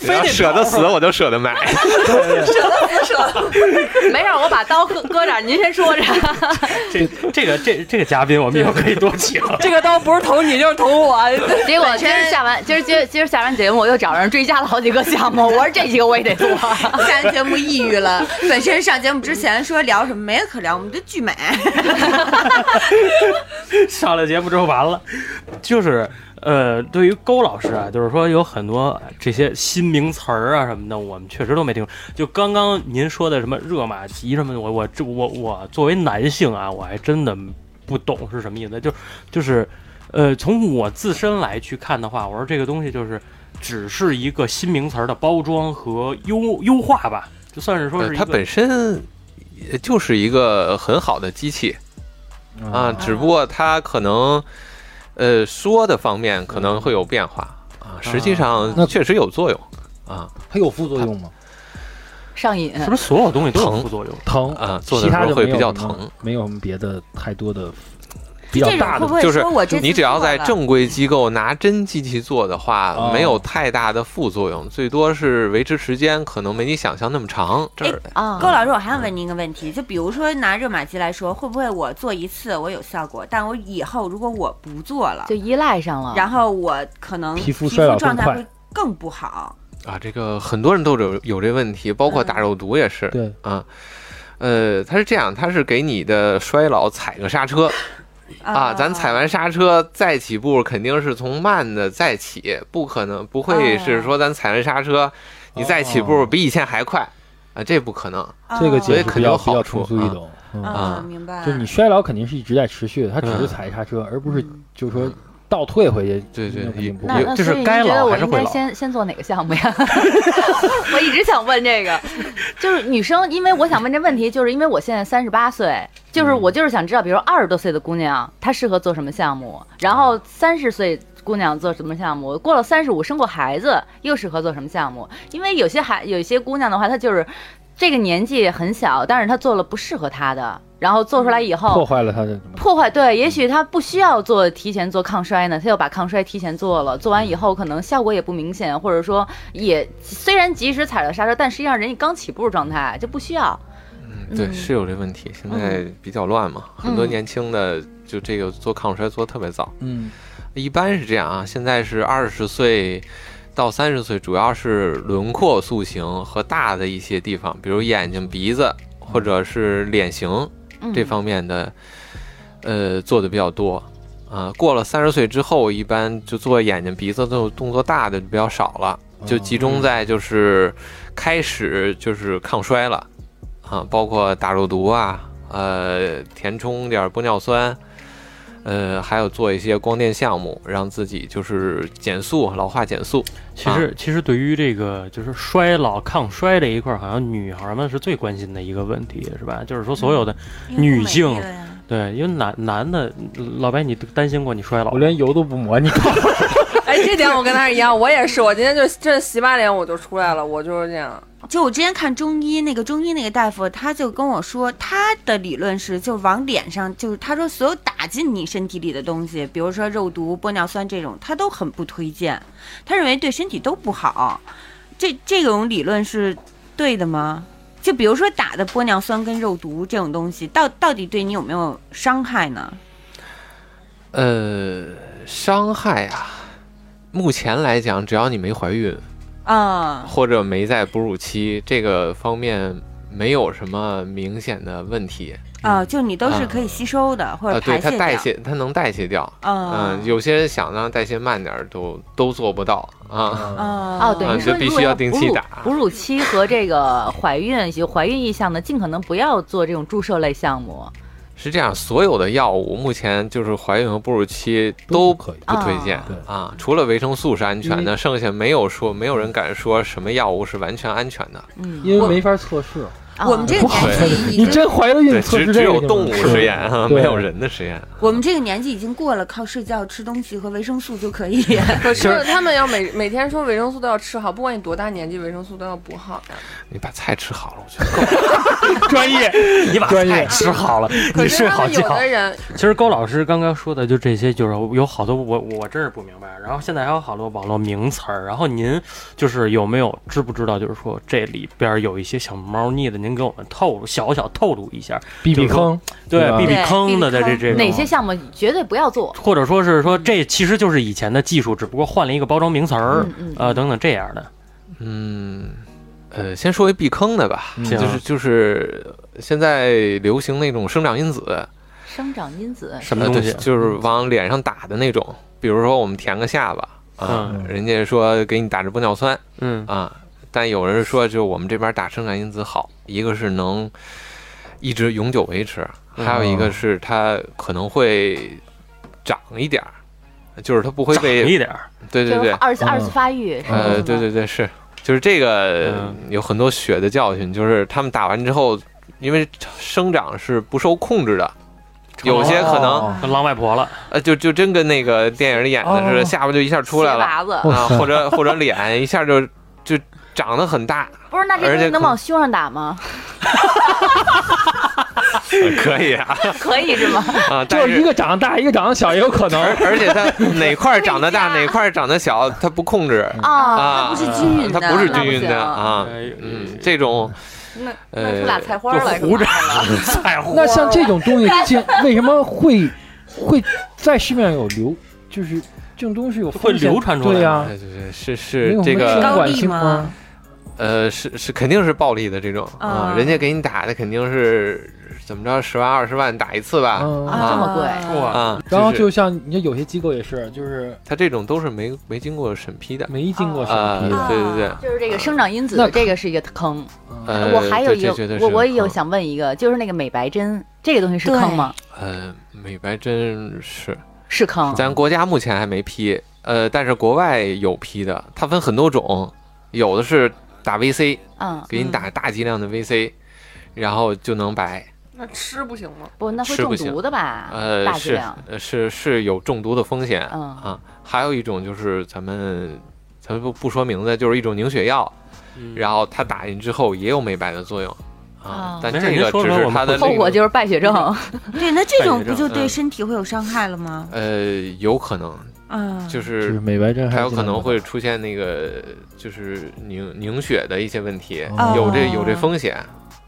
D: 只要舍得死，
F: [LAUGHS]
D: 我就舍得买。
B: [LAUGHS] 没事儿，我把刀搁搁这儿，您先说着。
A: 这这个这这个嘉宾我们以后可以多请。
C: 这个刀不是捅你就是捅我，
B: 结果今儿下完，今儿今儿今儿下完节目，我又找人追加了好几个项目，我说这几个我也得做。 [LAUGHS]
E: 下完节目抑郁了。本身上节目之前说聊什么没可聊，我们就巨美。
A: 上了节目之后完了，就是呃，对于勾老师啊，就是说有很多这些新名词儿啊什么的，我们确实都没听过。就刚刚您说的什么热玛吉什么的，我我这我我作为男性啊，我还真的不懂是什么意思。就就是呃，从我自身来去看的话，我说这个东西就是只是一个新名词儿的包装和优优化吧，就算是说
D: 呃
A: 是一
D: 它
A: 个
D: 本身就是一个很好的机器，
F: 嗯
D: 啊，只不过它可能，呃，说的方面可能会有变化
F: 嗯
D: 啊，实际
F: 那
D: 上确实有作用啊
F: 它有副作用吗？
B: 上瘾，
A: 是不是所有东西都有
D: 疼
A: 副作用？
F: 疼，
D: 啊，做的
F: 其
D: 时
F: 他
D: 候
F: 就
D: 会
F: 没有
D: 比较
F: 什么
D: 疼。，
F: 没有什么别的太多的比较
E: 这种
F: 大
E: 会
F: 的
E: 不会
D: 就是
E: 说我这次
D: 你只要在
E: 做了
D: 正规机构拿真机器做的
F: 哦
D: 话，没有太大的副作用，最多是维持时间可能没你想象那么长。
E: 哎
D: 这儿
B: 啊
E: 高老师，我还想问您一个问题，就比如说拿热玛吉来说，会不会我做一次我有效果，但我以后如果我不做了
B: 就，依赖上了。
E: 然后我可能
F: 皮肤
E: 肤
F: 衰老
E: 状
F: 更
E: 态
F: 快
E: 会更不好。
D: 啊，这个很多人都有有这问题，包括大肉毒也是。
F: 对，
D: 啊，呃，它是这样，它是给你的衰老踩个刹车。啊，咱踩完刹车再起步，肯定是从慢的再起，不可能不会是说咱踩完刹车，你再起步比以前还快啊，这不可能。
F: 这个解
D: 所以
F: 释
D: 肯
F: 比
D: 定
F: 较
D: 有
F: 比
D: 好
F: 较
D: 处
F: 通俗易懂。嗯
E: 哦啊，
D: 啊
E: 明白。
F: 就是你衰老肯定是一直在持续的，它只是
D: 嗯
F: 踩刹车，而不是
E: 嗯
F: 就是说倒退回去。
D: 对对
F: 那肯
D: 也
F: 定不
B: 那
F: 会
D: 也。
B: 那
A: 就是
B: 所以您
A: 该
B: 觉得
A: 老
B: 我
A: 还是
B: 应
A: 会
B: 该
A: 老
B: 先先做哪个项目
A: [LAUGHS]
B: 呀？ [LAUGHS] 我一直想问这个，就是女生，因为我想问这问题，就是因为我现在三十八岁，就是
A: 嗯
B: 我就是想知道，比如二十多岁的姑娘她适合做什么项目，然后三十岁姑娘做什么项目，过了三十五生过孩子又适合做什么项目？因为有些孩有些姑娘的话，她就是这个年纪很小，但是她做了不适合她的，然后做出来以后
F: 破坏了它的什么？
B: 破坏对，也许他不需要做提前做抗衰呢，他又把抗衰提前做了，做完以后可能效果也不明显，或者说也虽然及时踩了刹车，但实际上人家刚起步状态就不需要。
D: 嗯对，
B: 嗯
D: 是有这问题，现在比较乱嘛，很多年轻的就这个做抗衰做得特别早，
F: 嗯，
D: 一般是这样啊，现在是二十岁。到三十岁，主要是轮廓塑形和大的一些地方，比如眼睛、鼻子，或者是脸型，
B: 嗯、
D: 这方面的，呃，做的比较多。啊，过了三十岁之后，一般就做眼睛、鼻子这种动作大的就比较少了，
F: 嗯
D: 就集
E: 嗯
D: 中在就是开始就是抗衰了，啊，包括打肉毒啊，呃，填充点玻尿酸，呃，还有做一些光电项目，让自己就是减速，老化减速。
A: 其实，
C: 啊
A: 其实对于这个就是衰老抗衰这一块儿，好像女孩儿们是最关心的一个问题，是吧？就是说所有
C: 嗯
A: 的女性
E: 因为不美丽了呀
A: 对，因为男男的，老白，你担心过你衰老
F: 我？连油都不抹，你看
C: 哎，这点我跟他一样，我也是，我今天就这洗把脸我就出来了，我就是这样。
E: 就我之前看中医那个中医那个大夫，他就跟我说，他的理论是，就往脸上，就是他说所有打进你身体里的东西，比如说肉毒、玻尿酸这种，他都很不推荐，他认为对身体都不好。这这种理论是对的吗？就比如说打的玻尿酸跟肉毒这种东西，到到底对你有没有伤害呢？
D: 呃，伤害啊，目前来讲，只要你没怀孕
E: 啊、
D: 或者没在哺乳期这个方面没有什么明显的问题，
E: 啊，就你都是可以吸收的、或
D: 呃，
E: 者
D: 对
E: 排
D: 它
E: 泄
D: 代
E: 掉。
D: 谢，它能代谢掉。
E: 啊
D: 嗯，有些人想让代谢慢点儿，都都做不到啊。
E: 啊
B: 哦，对，
D: 嗯
B: 你说
D: 就必须
B: 如果
D: 要
B: 哺
D: 定期
B: 乳
D: 打
B: 哺乳期和这个怀孕有怀孕意向的，尽可能不要做这种注射类项目。
D: 是这样，所有的药物目前就是怀孕和哺乳期都
F: 可以。
D: 不推荐
F: 对嗯
D: 啊，除了维生素是安全
F: 因
D: 的，剩下没有说没有人敢说什么药物是完全安全的。
B: 嗯，
F: 因为没法测试，
B: 啊
E: 我们这个
F: 不好
E: 年
F: 测
E: 纪
F: 试。你
E: 已经
F: 真怀了孕
D: 对，
F: 测试
D: 只只
F: 这个
D: 有
F: 地方
D: 动物
F: 是 [LAUGHS]
D: 实验啊，
F: 对
D: 没有人的实验。
E: 我们这个年纪已经过了靠睡觉、吃东西和维生素就可以。
B: 啊
C: [LAUGHS] 可是他们要每每天说维生素都要吃好，不管你多大年纪，维生素都要补好呀。
D: 你把菜吃好了，我觉得够了。
A: 专业，你把
F: 专业
A: 菜吃好了，
C: [LAUGHS] 可
A: 你
C: 是
A: 睡
C: 他
A: 好
C: 们有
A: 觉。
C: 的人，
A: 其实高老师刚刚说的就这些，就是有好多我我真是不明白。然后现在还有好多网络名词儿，然后您就是有没有知不知道？就是说这里边儿有一些小猫腻的，您给我们透露小小透露一下，
F: 避避
A: 就是说
F: 坑，
A: 对
F: 对吧
A: 避避
E: 对
A: 坑的
E: 避
A: 在
E: 避
A: 这
E: 坑
A: 这
B: 哪
A: 种。啊
B: 些项目绝对不要做？
A: 或者说是说，
B: 嗯
A: 这其实就是以前的技术，只不过换了一个包装名词儿，
B: 嗯嗯
A: 呃，等等这样的。
D: 嗯，呃，先说一避坑的吧，
F: 嗯
D: 就是就是现在流行那种生长因子，
B: 生长因子
A: 什么
D: 呃，
A: 东
D: 对，
A: 西？
D: 就是往脸上打的那种，比如说我们填个下巴啊，
F: 嗯
D: 人家说给你打支玻尿酸
A: 嗯
D: 啊，但有人说就我们这边打生长因子好，一个是能一直永久维持，
A: 嗯
D: 还有一
A: 哦
D: 个是它可能会长一点儿，就是它不会
A: 长
D: 被，
A: 一点儿，哦
D: 对对
B: 就
D: 对
B: 是，二次
F: 嗯
B: 二次发育，是
D: 呃，
B: 吗
D: 对对对，是，就是这个
A: 嗯
D: 有很多血的教训，就是他们打完之后，因为生长是不受控制的，有些可能
F: 哦
A: 跟狼外婆了。
D: 呃，就就真跟那个电影里演的似
F: 哦
D: 的，下巴就一下出来
B: 鞋
D: 了
B: 拔子
D: 啊，或者或者脸一下就就长得很大，
B: 不是，那这
D: 而
B: 东
D: 且
B: 西能
D: 可
B: 往胸上打 [LAUGHS] 吗？
D: 可以啊
B: 可以是吗？
D: 啊，
F: 就
D: 但
F: 是一
D: 是。
F: 个长得大，一个长得小，也有可能。
D: 而而且它哪块儿长得大，哪块儿长得小，它不控制
B: 啊，
D: 啊，
E: 不是均匀的
D: 它不是
B: 那不
D: 均匀
B: 行
D: 的啊，
A: 哎
D: 嗯，这种
B: 那
D: 呃
B: 那出俩菜花
A: 就
B: 来
A: 胡
B: 着
A: 着菜花
E: 啊
F: 那像这种东
E: [LAUGHS]
F: 西，进为什么会会在市面上有流？就是这种东西有
A: 会
F: 风险
A: 流传出来
F: 对呀、
D: 哎对对是
F: 没
D: 是
F: 有
D: 这
F: 什么
D: 个
F: 监
E: 高
F: 管
E: 地
F: 情
E: 吗
F: 况
D: 呃，是是，肯定是暴力的这种啊、
E: 啊
D: 人家给你打的肯定是怎么着，十万二十万打一次吧，
F: 嗯
B: 啊这么贵
D: 啊，
A: 哇，
F: 然后
D: 就是
F: 就像你看有些机构也是，就是
D: 他这种都是没没经过审批的，
F: 没经过审
D: 啊、
F: 批
E: 哦
F: 的，
D: 对对对，
B: [LAUGHS] 就是这个生长因
F: 那
B: 子，这个是一个坑。
F: 嗯
D: 呃，
B: 我还有
D: 对
B: 一
D: 这
B: 个
D: 绝对，是
B: 我我也有
D: 坑
B: 想问一个，就是那个美白针，这个东西是坑吗？
D: 呃，美白针是
B: 是坑。
D: 咱国家目前还没批，呃，但是国外有批的，它分很多种，有的是打 VC，
B: 嗯，
D: 给你打大剂量的 VC，、然后就能白，
C: 那吃不行吗？
B: 不，那会
D: 吃不
B: 中
D: 行
B: 毒的吧？
D: 呃，
B: 啊大剂
D: 是
B: 量。
D: 呃是是有中毒的风险，
B: 嗯
D: 啊，还有一种就是咱们咱们不不说名字，就是一种凝血药，
A: 嗯
B: 嗯
D: 然后它打进之后也有美白的作用啊
B: 哦，
D: 但
A: 没事
D: 这
A: 您
D: 个
A: 说
D: 只
A: 说
D: 是
A: 我们
D: 它的
A: 会
B: 后
D: 另
B: 果就是败血症。
D: [LAUGHS]
E: 对，那这种
D: 感觉
E: 不就
D: 上
E: 对
D: 嗯
E: 身体会有伤害了吗？
D: 呃有可能
E: 啊，
D: 就
F: 就是
B: 嗯
F: 是。美白针
D: 还
F: 是
D: 有
F: 尽
D: 可
F: 量
D: 能
F: 不
D: 会出现那个就是凝凝血的一些问题，
F: 哦
D: 有这有这风险。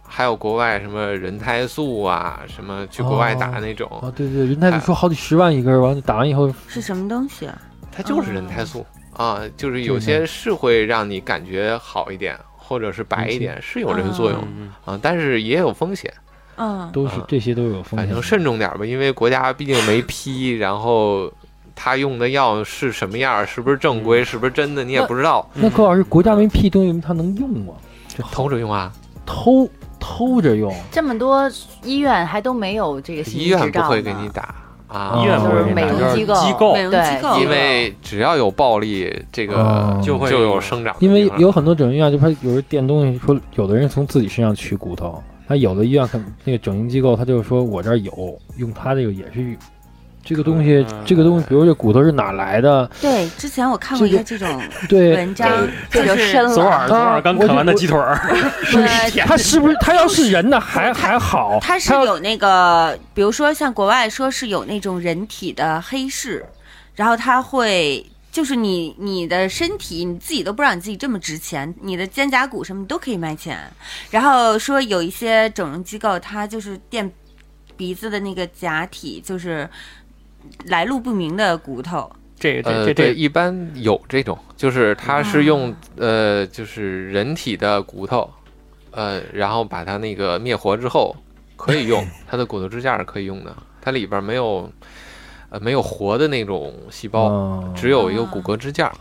D: 还有国外什么人胎素啊，什么去国外打那种，
F: 打啊，对对，人家就说好几十万一根儿，完了打完以后，
E: 是什么东西啊？
D: 它就是人胎素
F: 哦
D: 啊，就是有
F: 对
D: 些是会让你感觉好一点，或者是白一点，是有这个作
F: 哦
D: 用
A: 嗯
D: 啊，但是也有风险。
E: 嗯，
F: 都是
D: 啊
F: 这些都有风
D: 反
F: 险
D: 正
F: 的。
D: 慎重点吧，因为国家毕竟没批，然后他用的药是什么样儿，是不是正规，是不是真的，你也不知道，
F: 嗯那柯老师，国家没屁东西，为什么他能用啊？就
D: 偷着用啊。
F: 偷偷着用，
B: 这么多医院还都没有这个信息
D: 医院
B: 执
D: 不
B: 照
D: 会
B: 呢
D: 给你打，啊
F: 哦
A: 医院不
B: 就
A: 会
B: 是
A: 给你
B: 美
A: 打，
B: 容
A: 就是
B: 机
A: 机
B: 构
E: 美容机
B: 对
E: 构，
D: 因为只要有暴力，这个
F: 嗯
A: 就会
D: 就有生长的地
F: 因
D: 方，
F: 为有很多整形医院就怕有人垫东西，说有的人从自己身上取骨头，他有的医院看那个整形机构，他就是说我这儿有，用他这个也是这个东西
A: 嗯，
F: 这个东西，比如这骨头是哪来的？
E: 对，之前我看过一个这种
F: 对，
E: 文章，
B: 这就
E: 就是
B: 深了。
A: 昨晚昨
F: 啊
A: 晚刚啃完的鸡腿儿，
E: 对，
F: 他是不是他要是人呢，还还好，
E: 它是
F: 他要
E: 有那个，比如说像国外说是有那种人体的黑市，然后它会就是你你的身体你自己都不知道你自己这么值钱，你的肩胛骨什么都可以卖钱。然后说有一些整容机构，它就是垫鼻子的那个假体，就是来路不明的骨头。
A: 这这
D: 呃，
A: 这
D: 对，
A: 这
D: 一般有这种，就是它是用、呃，就是人体的骨头，呃，然后把它那个灭活之后可以用，它的骨头支架是可以用的，它里边没有呃没有活的那种细胞，
F: 嗯
D: 只有一个骨骼支架，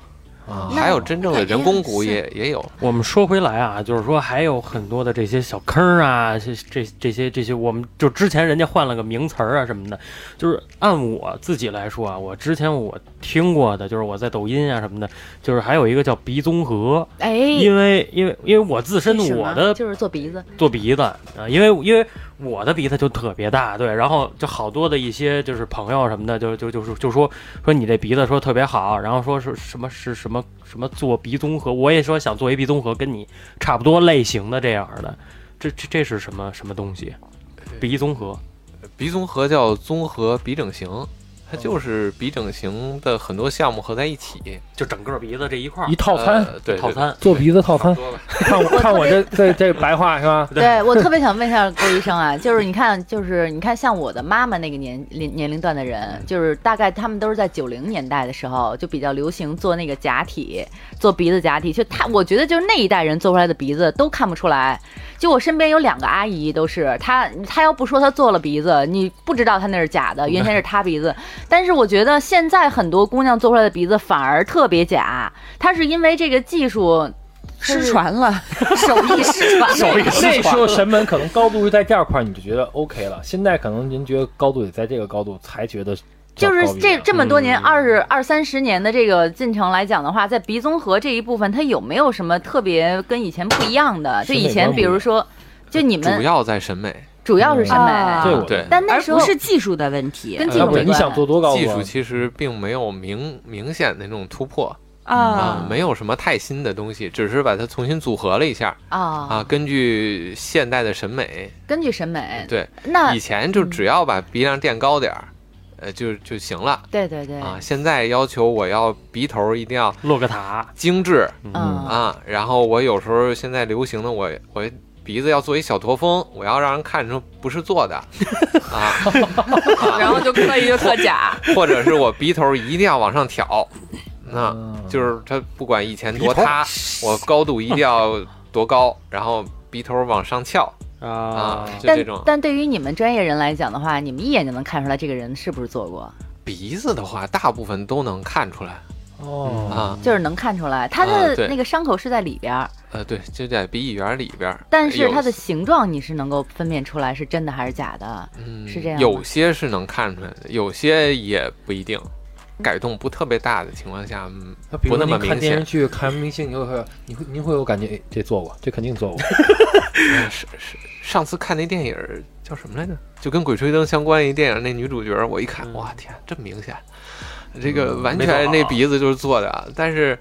F: 啊
D: 还有真正的人工骨也也有，
A: 我们说回来啊，就是说还有很多的这些小坑儿啊，这这这些这些，我们就之前人家换了个名词儿啊什么的，就是按我自己来说啊，我之前我听过的，就是我在抖音啊什么的，就是还有一个叫鼻综合，
B: 哎，
A: 因为因为因为我自身
E: 为什么
A: 我的
B: 就是做鼻子，
A: 做鼻子啊，因为因为我的鼻子就特别大，对，然后就好多的一些就是朋友什么的，就就就是就说说你这鼻子说特别好，然后说是什么是什么什么做鼻综合，我也说想做一鼻综合，跟你差不多类型的这样的，这这这是什么什么东西？鼻综合
D: 鼻综合叫综合鼻整形。它就是鼻整形的很多项目合在一起，
A: 就整个鼻子这一块儿
F: 一套餐
D: 呃、对
A: 套餐，
F: 做鼻子套餐，
D: 多吧
F: 看
D: [LAUGHS]
F: 我看我这这这白话是吧？
A: 对
B: 对我特别想问一下郭医生啊，就是你看，就是你看，像我的妈妈那个年年年龄段的人，就是大概他们都是在九零年代的时候就比较流行做那个假体，做鼻子假体。就他，我觉得就是那一代人做出来的鼻子都看不出来。就我身边有两个阿姨都是，她她要不说她做了鼻子，你不知道她那是假的，原先是她鼻子。但是我觉得现在很多姑娘做出来的鼻子反而特别假，她是因为这个技术。
E: 失传
B: 了， [LAUGHS] 手
E: [LAUGHS]
B: 艺失传了，
A: 手艺
F: 那时候审美可能高度是在这块儿，你就觉得 OK 了。现在可能您觉得高度得在这个高度才觉得叫
B: 就
F: 高一点，
B: 是这这么多年二十二三十年的这个进程来讲的话，在鼻综合这一部分，它有没有什么特别跟以前不一样的？就
F: 审美
B: 以前
F: 观不
B: 比
F: 一样
B: 如说，就你
D: 主
B: 们
D: 要在审美，
B: 主要是审
E: 啊
B: 美，
F: 对我
D: 对
B: 但那
E: 而
B: 时候
E: 不是技术的问题
B: 跟技
F: 要嗯
B: 术
F: 不
B: 没
F: 你想
B: 关。
F: 做多高度啊？
D: 技术其实并没有明明显的那种突破啊、
E: 啊，
D: 没有什么太新的东西，只是把它重新组合了一下啊，
B: 啊，
D: 根据现代的审美，
B: 根据审美，
D: 对，
B: 哎那
D: 以前就只要把鼻梁垫高点儿，呃，就就行了
B: 对对对，
D: 啊。现在要求我要鼻头一定要
A: 洛克塔，
D: 精致
B: 嗯
D: 啊，然后我有时候现在流行的我我。鼻子要做一小驼峰，我要让人看出不是做的啊， [LAUGHS]
C: 然后就刻意就特假，
D: 或者是我鼻头一定要往上挑，那、
F: 嗯
D: 就是它不管以前多塌，我高度一定要多高，然后鼻头往上翘啊
A: 啊，
D: 就
B: 但
D: 这种。
B: 但对于你们专业人来讲的话，你们一眼就能看出来这个人是不是做过，
D: 鼻子的话，大部分都能看出来
F: 哦，
D: 啊，
B: 就是能看出来他
D: 啊
B: 的
D: 对
B: 那个伤口是在里边儿，
D: 呃，对，就在鼻翼缘里边儿。
B: 但是
D: 有
B: 它的形状你是能够分辨出来是真的还是假的。
D: 嗯
B: 是这样吗
D: 有些是能看出来的，有些也不一定。改动不特别大的情况下，嗯
F: 那比如
D: 不那
F: 您
D: 么
F: 看
D: 明
F: 电视
D: 显。
F: 剧、看明星，你会你会您会有感觉，哎，这做过，这肯定做过。
D: 呃是是，上次看那电影儿叫什么来着？就跟《鬼吹灯》相关一电影，那女主角儿我一看，
A: 嗯
D: 哇天，这么明显，这个完
A: 没错
D: 全
A: 啊
D: 那鼻子就是做的，啊但是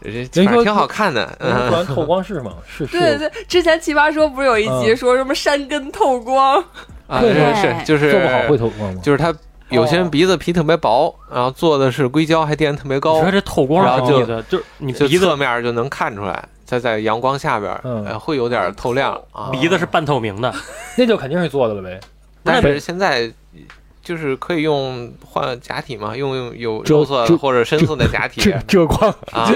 D: 人
F: 人
D: 反正
F: 说
D: 挺好看的，
F: 不
D: 嗯，
F: 然透光是
D: [LAUGHS]
F: 吗？是是。
C: 对对，之前奇葩说不是有一集
F: 嗯
C: 说什么山根透光，
D: 啊，
F: 对
D: 是是，就是
F: 做不好会哦透光吗？
D: 就是他有些人鼻子皮特别薄，然后做的是硅胶，还垫得特别
A: 你
D: 高
A: 说，这透光
D: 然
A: 是
D: 后
A: 什么
D: 就
A: 意思？就是你
D: 就
A: 鼻
D: 侧
A: 子
D: 面儿就能看出来，它在阳光下边儿，
F: 嗯
D: 呃，会有点儿透亮啊，
A: 鼻子是半透明的，
F: 那就肯定是做的了呗。
D: 但
F: 那
D: 是现在。就是可以用换假体嘛，用用有
F: 遮
D: 肉色
F: 遮
D: 或者深色的假体，
F: 这光
D: 啊，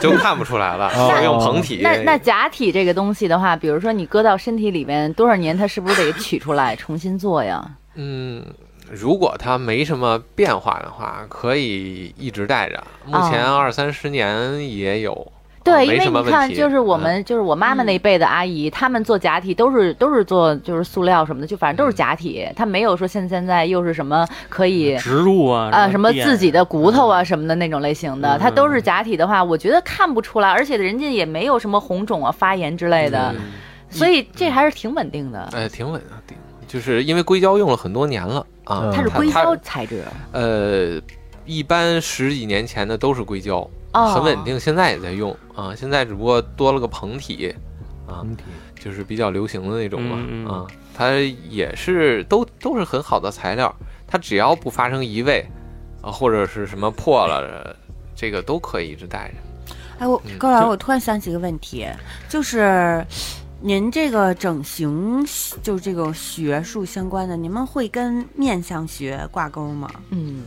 D: 就看不出来 [LAUGHS] 了，
F: 哦
D: 我用膨体。
B: 那那假体这个东西的话，比如说你搁到身体里面多少年，它是不是得取出来重新做呀？
D: 嗯，如果它没什么变化的话，可以一直戴着。目前二三十年也有，
B: 哦
D: 啊
B: 对，因
D: 没
B: 为
D: 什么
B: 你
D: 问题
B: 看，就是我们、就是我妈妈那一辈的阿姨，她们做假体都是都是做就是塑料什么的，就反正都是假体，她没有说现现在又是什么可以。
A: 植入啊
B: 啊，什么
A: 电
B: 自己的骨头啊，什么的那种类型的，
A: 嗯
B: 它都是假体的话，我觉得看不出来，而且人家也没有什么红肿啊、发炎之类的，
D: 嗯
B: 所以这还是挺稳定的。
D: 哎，挺稳啊，挺，就是因为硅胶用了很多年了啊
F: 嗯，
B: 它是硅
D: 它
B: 胶材质，
D: 呃，一般十几年前的都是硅胶，
B: 哦
D: 很稳定，现在也在用啊。现在只不过多了个膨体，啊，就是比较流行的那种嘛、
A: 嗯嗯
D: 啊。它也是都都是很好的材料，它只要不发生移位啊，或者是什么破了，这个都可以一直带着。
E: 哎，我
D: 嗯
E: 高老师，
D: 就
E: 我突然想起一个问题，就是您这个整形就是这个学术相关的，你们会跟面相学挂钩吗？
B: 嗯，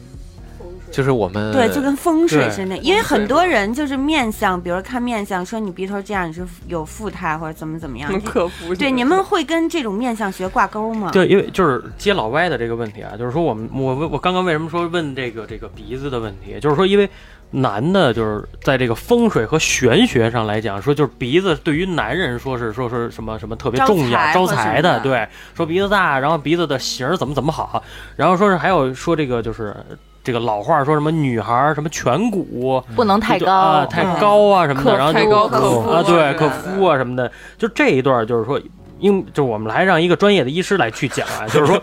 D: 就是我们
E: 对，就跟风水
A: 对
E: 是那，因为很多人就是面相，比如看面相说你鼻头这样你是有富态或者怎么怎么样
C: 能，克服。
E: 对，你们会跟这种面相学挂钩吗？
A: 对，因为就是接老歪的这个问题啊，就是说我们我我刚刚为什么说问这个这个鼻子的问题，就是说因为男的就是在这个风水和玄学上来讲，说就是鼻子对于男人说是说是什么什么特别重要
E: 招
A: 招
E: 财或
A: 财
E: 什
A: 的，
E: 么的
A: 对，说鼻子大，然后鼻子的形儿怎么怎么好，然后说是还有说这个就是这个老话说什么女孩儿什么颧骨，
B: 不能太
A: 就
B: 高，嗯
A: 啊，太高啊什么
B: 克
A: 的，然后
C: 太
A: 就
C: 高
B: 克
C: 夫
A: 啊，对，
C: 之类
A: 克
C: 的
A: 夫啊什么的，就这一段就是说。因就我们来让一个专业的医师来去讲啊，就是说，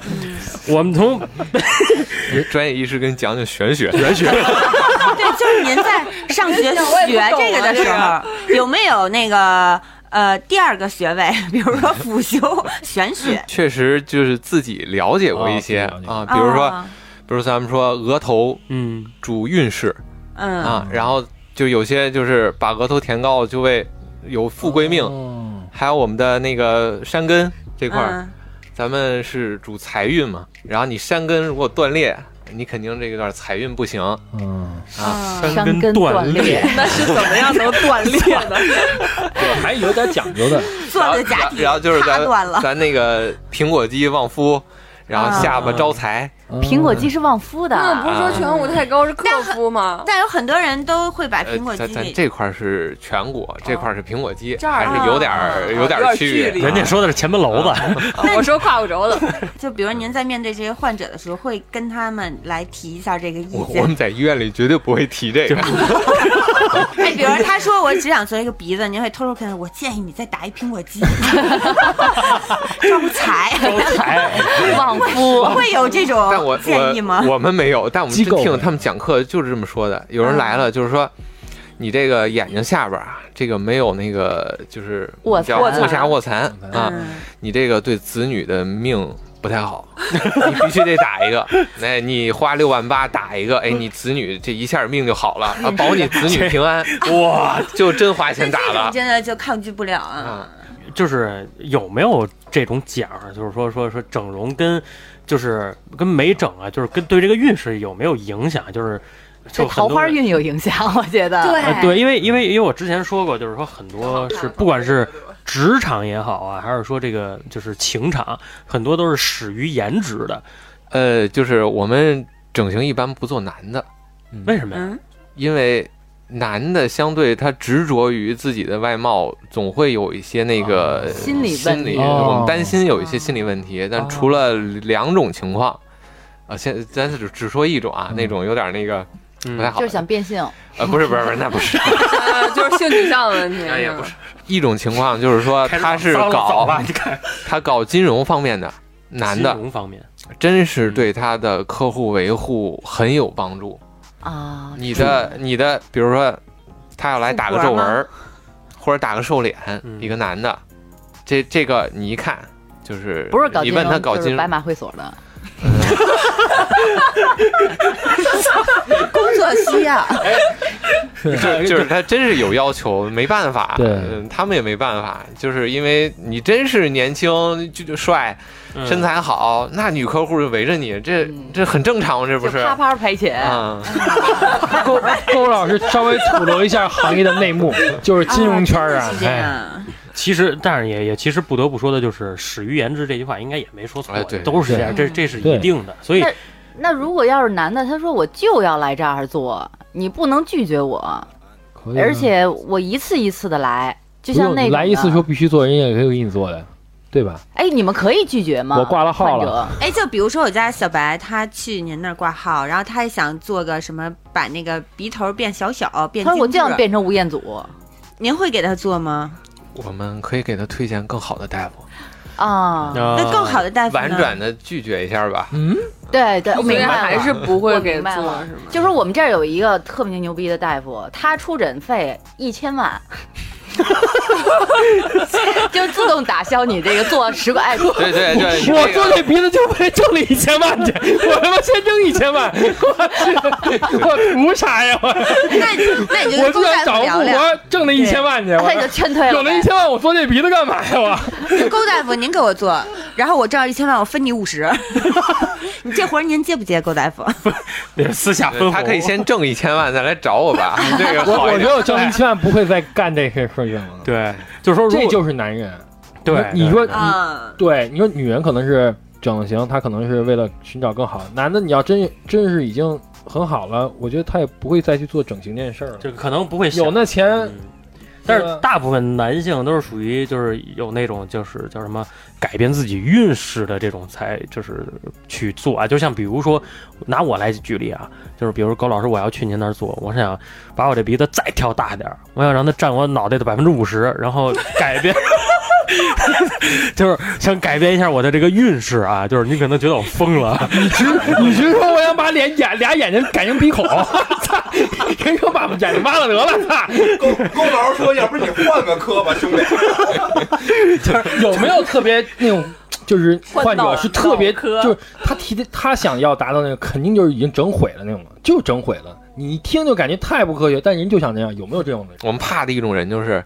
A: 我们从
D: 呃专业医师跟讲讲玄学，
A: 玄学
E: 对，就是您在上 [LAUGHS] 学学啊这个的时候，有没有那个呃第二个学位， [LAUGHS] 比如说辅修玄学？
D: [LAUGHS] 确实就是自己了解过一些
F: 哦自己了解
D: 啊，比如说，
E: 啊
D: 比如咱们说额头
A: 嗯，
D: 主运势，
E: 嗯
D: 啊，然后就有些就是把额头填高了就会有富贵命，
F: 哦
D: 还有我们的那个山根
E: 这
D: 这块儿，咱们是主财运嘛，然后你山根如果断裂，你肯定这个段财运不行
F: 嗯，
D: 啊。
B: [LAUGHS] 伤根断裂，
A: [LAUGHS]
C: 那是怎么样能断裂的？
D: [LAUGHS]
F: 对，还有点讲究的，
E: 做
D: 然后
E: [LAUGHS] 的假体
D: 然后就是
E: 掐
D: 咱
E: 断了，
D: 咱那个苹果肌旺夫，然后下巴招财，
B: 苹果肌是旺夫的，
C: 那不是说颧骨太高是克夫吗？
E: 但有很多人都会把
D: 呃
E: 苹果，肌
D: 咱咱
E: 给
D: 这块儿是颧骨，这块儿是苹果肌，
C: 这儿
D: 还是有点
C: 啊
D: 儿
C: 有
D: 点
C: 点
D: 儿
C: 距
D: 区
C: 离
D: 别。
A: [LAUGHS] 人家说的是前门楼子，
C: 哦我说胯骨轴子，
E: 就比如您在面对这些患者的时候，会跟他们来提一下这个意
D: 我我
E: 见。
D: 们在医院里绝对不会提这个，
E: 哎，比如他说我只想做一个鼻子，您会偷偷跟他，我建议你再打一苹果 [LAUGHS] 肌，招财。 [LAUGHS]
A: 哎，
B: 旺夫，
E: 会有这
D: 但我
E: 种哦建议吗？
D: 我我们没有，但我们
F: 机
D: 真
F: 构
D: 听
F: 没
D: 他们讲课就是这么说的。有人来了就是说，你这个眼睛下边啊，这个没有那个就是
B: 卧
D: 叫
B: 蚕
D: 卧蚕卧蚕
F: 嗯
D: 啊，你这个对子女的命。不太好， [LAUGHS] 你必须得打一个。那你花六万八打一个，哎，你子女这一下命就好了，啊，保你子女平安。哇，就真花
E: 那
D: 钱打
E: 这种
D: 了
E: 真的就抗拒不了啊
D: 啊！！
A: 就是有没有这种讲儿，就是说说说整容跟就是跟没整啊，就是跟对这个运势有没有影响？啊就是
B: 对
A: 就很
B: 桃
A: 多
B: 花
A: 人
B: 运有影响，我 [LAUGHS] 觉得。
A: 啊，对，因为因为因为我之前说过，就是说很多呃是不管
C: [LAUGHS]
A: 是职场也好啊，还是说这个就是情场，很多都是始于颜值的。
D: 呃，就是我们整形一般不做男的，
A: 为什么呀？
E: 嗯，
D: 因为男的相对他执着于自己的外貌，总会有一些那个、
F: 哦
B: 啊心理问题哦
D: 心理
F: 哦
D: 我们担心有一些心理问题，但除了两种情况，啊，现咱只只说一种啊，
F: 嗯
D: 那种有点那个不太
A: 嗯，
D: 好
B: 就
D: 的，
B: 是想变性，
D: 呃，不是不是不是，那不
A: [LAUGHS]
D: 是，
C: 啊就是性取向的问题。
D: 哎呀不是，一种情况就是说
A: 开始
D: 他是
A: 往糟了走
D: 搞
A: 吧，你
F: [LAUGHS]
A: 看
D: 他搞金融方面的。男的
A: 金融嗯方面，
D: 真是对他的客户维护很有帮助。
B: 啊，
D: 你的你的，比如说他要来打个皱纹儿，或者打个瘦脸，
A: 嗯
D: 一个男的，这这个你一看就是
B: 不是搞
D: 你
B: 金
D: 问他
B: 融，
D: 搞
B: 就
D: 金
B: 是白
D: 融，
B: 马会所的，
E: 工作需要，
D: [LAUGHS] 就是就是他真是有要求， [LAUGHS] 没办法，
F: 对
D: 嗯他们也没办法，就是因为你真是年轻就就帅，
A: 嗯
D: 身材好，那女客户就围着你，这
B: 嗯
D: 这很正常，这不？
B: 就是啪啪赔钱，
D: 嗯，
F: 高高老师稍微吐露一下行业的内幕，
D: 嗯
F: 就是金融圈
E: 啊
F: 啊
E: 真的是，这
F: 哎，
E: 样。
A: 其实，但是也也其实不得不说的就是“始于颜值”这句话，应该也没说错，
D: 哎对
A: 都是这样，这这是一定的。所以
B: 那那如果要是男的，他说我就要来这儿做，你不能拒绝我，
F: 可以啊。
B: 而且我一次一次的来，就
F: 不
B: 像
F: 用
B: 那
F: 你
B: 种
F: 来一次
B: 的
F: 说必须做，人家也可以给你做的，对吧？
B: 哎，你们可以拒绝吗？
F: 我挂了号了
B: 患者。
E: 哎，就比如说我家小白，他去您那儿挂号，然后他也想做个什么，把那个鼻头变小小，变
B: 他说我
E: 精
B: 就想
E: 致。
B: 变成吴彦祖
E: 您会给他做
D: [LAUGHS]
E: 吗？
D: 我们可以给他推荐更好的大夫，
B: 啊，
E: 那更好的大夫呢
D: 婉转的拒绝一下吧。
F: 嗯，
B: 对对，我
C: 所以
B: 明白
C: 还
B: 了
C: 是不会
B: 我
C: 给
B: 明
C: 做
B: 白了
C: 是吗？
B: 就说我们这儿有一个特别牛逼的大夫，他出诊费一千万， [LAUGHS] 就自动打消你这个做十个爱
D: 对对对，你
F: 我
D: 这
F: 做
D: 个
F: 这鼻子就为了挣了一千万去，我他妈先挣一千万，我去，我图啥呀？我
E: 那你那你就
F: 我就
E: 跟周
F: 想
E: 大
F: 找
E: 夫
F: 个
E: 聊
F: 富
D: 啊
E: 聊。
F: 婆挣那一千万去，
B: 他
F: 我
B: 就劝退
F: 有
B: 了
F: 了
B: 呗。
F: 一千万，我做这鼻子干嘛呀？我
E: 勾大夫，您给我做，然后我挣到一千万，我分你五十。 [LAUGHS] 你这活儿您接不接，勾大夫？
A: 私下分
D: 对啊他可以先挣一千万再来找我
G: [LAUGHS]
D: 吧，这 [LAUGHS] 个
F: 我
D: 好一
F: 我觉
D: 点。
F: 得我挣一千万不会再干这些事情了。
A: 对，就是说如果，
F: 这就是男人。
A: 对
F: 你说你
E: 嗯，
F: 对，你说女人可能是整了形，她可能是为了寻找更好的。男的，你要真真是已经很好了，我觉得他也不会再去做整形这件事儿了。
A: 就可能不会想
F: 有那钱，
A: 嗯但
F: 对吧
A: 是大部分男性都是属于就是有那种就是叫什么改变自己运势的这种才就是去做啊，就像比如说拿我来举例啊，就是比如说高老师我要去您那儿做，我是想把我这鼻子再调大点儿，我想让它占我脑袋的百分之五十，然后改
F: [LAUGHS]
A: 变。就是想改变一下我的这个运势啊，就是你可能觉得我疯了，
F: 你是说我想把脸眼俩眼睛改成鼻孔？操，人说把眼睛挖了得了， [LAUGHS] 操！
G: 勾勾老师说，要不你换个科吧，兄弟。
F: 有没有特别那种，就是患者是特别，
C: 换脑科
F: 就是他提的他想要达到那个，肯定就是已经整毁了那种了，就是整毁了。你一听就感觉太不科学，但人就想这样，有没有这种的？
D: [LAUGHS] 我们怕的一种人就是，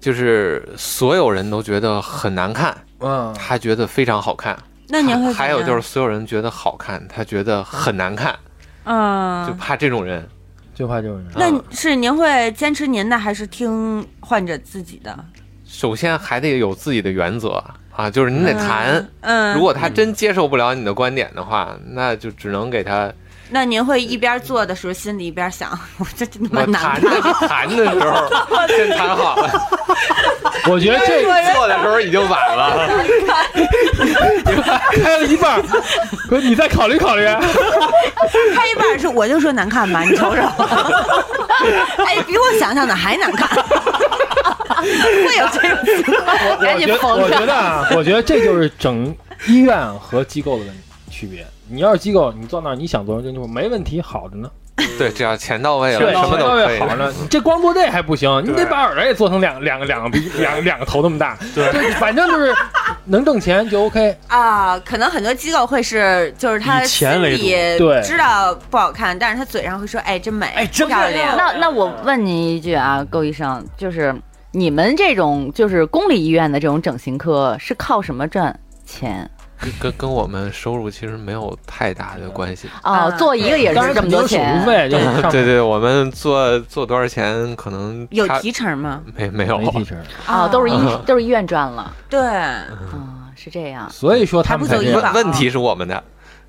D: 就是所有人都觉得很难看，
F: 嗯，
D: 他觉得非常好看。
E: [LAUGHS] 那您会
D: 还有
E: 怎
D: 就
E: 样
D: 是，所有人觉得好看，他觉得很难看，就
E: 嗯，
D: 怕这种人。
F: 就怕这种人。
E: 那
D: 嗯
E: 是您会坚持您的，还是听患者自己的？
D: 首先还得有自己的原则啊，就是你得谈。
E: 嗯，
D: 如果他真接受不了你的观点的话，那就只能给他
E: 那您会一边做的时候心里一边想， [LAUGHS] 我这他妈
D: 我
E: [LAUGHS] 难
D: 谈
E: 看。
D: 的谈的
E: [LAUGHS]
D: 时候先谈好了，
F: 我觉得这
D: 做的时候已经晚了。
F: [LAUGHS] 开了一半儿，哥你再考虑考虑。
E: 他一半是我就说难看吧，你 [LAUGHS] 瞅瞅，哎，比我想象的还难看。会有这种情况，
B: 赶紧
F: 觉得我
B: 缝
F: 觉
B: 上。
F: 得啊，我觉得这就是整医院和机构的区别。你要是机构，你到那儿你想做成这就没问题，好着呢，
D: 对，只要钱到位了，
F: 对，
D: 什么都
F: 到
D: 可
F: 位
D: 以。
F: 好着。你这光做这还不行，你得把耳朵也做成两两个两个鼻两两个头那么大。
A: 对，
F: 反正就是能挣钱就 OK。
E: 啊，可能很多机构会是，就是他
A: 以
E: 心
A: 钱为主
E: 里
F: 对
E: 知道不好看，但是他嘴上会说，哎，真美，哎，真漂亮。
B: 那那我问您一句啊，够医生，就是你们这种就是公立医院的这种整形科是靠什么赚钱？
D: 跟跟我们收入其实没有太大的关系。
B: 哦，
E: 嗯
B: 做一个也
F: 啊当然
B: 是这么多钱
F: 肯定有手术，费就是上
D: 对对，我们做做多少钱可能
E: 有
D: 差
E: 提成吗？哦
D: 没没有
F: 没提成，
B: 啊，都是医都是医院赚了
E: 对，
F: 嗯
B: 啊，是这样。
F: 所以说他们
E: 还
F: 才
E: 不走
F: 这
E: 医
F: 样。
E: 保
D: 问问题是我们的，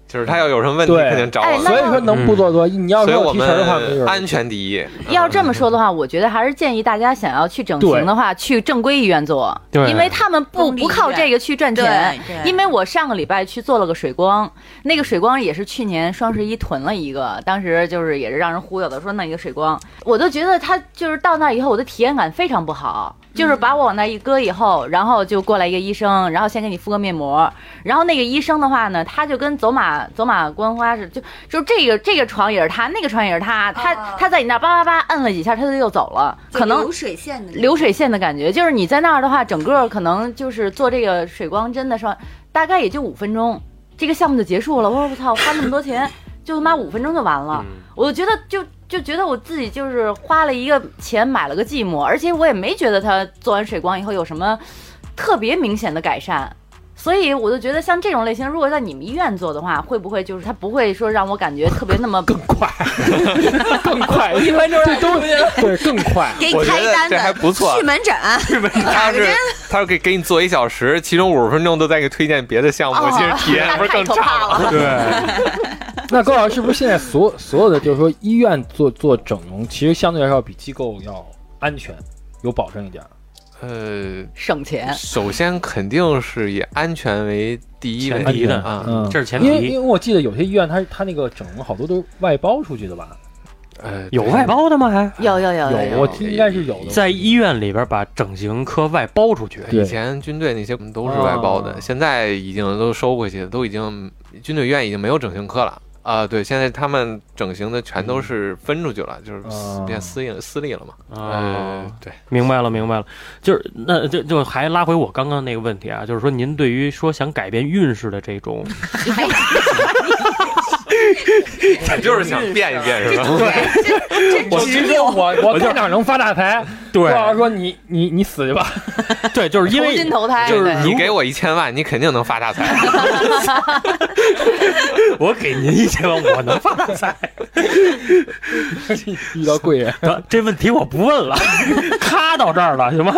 D: 就是他要有什么问题
F: 对
D: 肯定找
B: 哎
D: 我
B: 那
D: 们，
F: 所以说能不做做，你要
D: 嗯所以
F: 说
D: 我
F: 提成的话，没
D: 们
F: 准
D: 安全
E: [LAUGHS]
D: 第一。嗯
B: 要这么说的话，我觉得还是建议大家想要去整
F: 对
B: 形的话，去正规医院做，
A: 对
B: 因为他们不
E: 公立医
B: 不
E: 院
B: 靠这个去赚钱
E: 对。对
B: 因为我上个礼拜去做了个水光，那个水光也是去年双十一囤了一个，当时就是也是让人忽悠的，说弄一个水光，我都觉得他就是到那以后我的体验感非常不好。就是把我往那一搁以后，然后就过来一个医生，然后先给你敷个面膜，然后那个医生的话呢，他就跟走马走马观花似的，就就这个这个床也是他，那个床也是他，他、
E: 啊
B: 他在你那儿叭叭叭摁了几下，他哦就又走了，可能
E: 流水线的
B: 流水线的感觉，就是你在那儿的话，整个可能就是做这个水光针的时候，大概也就五分钟，这个项目就结束了。我说我操，花那么多钱，就他妈五分钟就完
A: 嗯
B: 了，我就觉得就。就觉得我自己就是花了一个钱买了个寂寞，而且我也没觉得他做完水光以后有什么特别明显的改善，所以我就觉得像这种类型，如果在你们医院做的话，会不会就是他不会说让我感觉特别那么
F: 更
D: [LAUGHS]
F: 快，更快，一分钟这都对更快。
E: 给
D: 我
E: 你
D: 觉
E: 开一
D: 得
E: 单子，
D: 这还不错啊 [LAUGHS]
E: 去门诊，
D: 他是他是给给你做一小时，其中五十分钟都在给推荐别的项目，
B: 哦
D: 其实体验不是更
B: 那太可怕
D: 差吗？
B: 了
A: 对，
F: [LAUGHS] 那高老师是不是现在所所有的就是说医院做做整容，其实相对来说比机构要安全、有保证一点？
D: 呃，
B: 省钱。
D: 首先肯定是以安全为第一
A: 前
D: 位
A: 提的
D: 啊，
F: 嗯，
A: 这是前
F: 因为因
A: 提。
F: 为我记得有些医院它它那个整容好多都是外包出去的吧？
D: 呃，
A: 有外包的吗？还
B: 有有有
F: 有，我记得应该是有的。
A: 在医院里边把整形科外包出去，
F: 对
D: 以前军队那些都是外包的，
F: 哦
D: 现在已经都收回去了，都已经军队医院已经没有整形科了。啊、对，现在他们整形的全都是分出去了，就是私
F: 哦
D: 变私营私立了嘛。
A: 哦
D: 呃，对，
A: 明白了，明白了，就是那就就还拉回我刚刚那个问题啊，就是说您对于说想改变运势的这
B: [LAUGHS]
A: 种，
D: 他 [LAUGHS] 就是想变一变，是吧？
F: 我其实我我当场能发大财，高老师说你你你死去吧，
A: [LAUGHS]
F: [LAUGHS]
A: 对，就是因
B: 重
A: 为
B: 新投胎，
A: 就是
B: 对
A: 如
D: 你给我一千万，你肯定能发大财。
A: 我给您一千万，我能发大财。
F: 遇到贵
A: [LAUGHS]
F: 人。
A: 得这问题我不问了，咔到这儿了，行吗？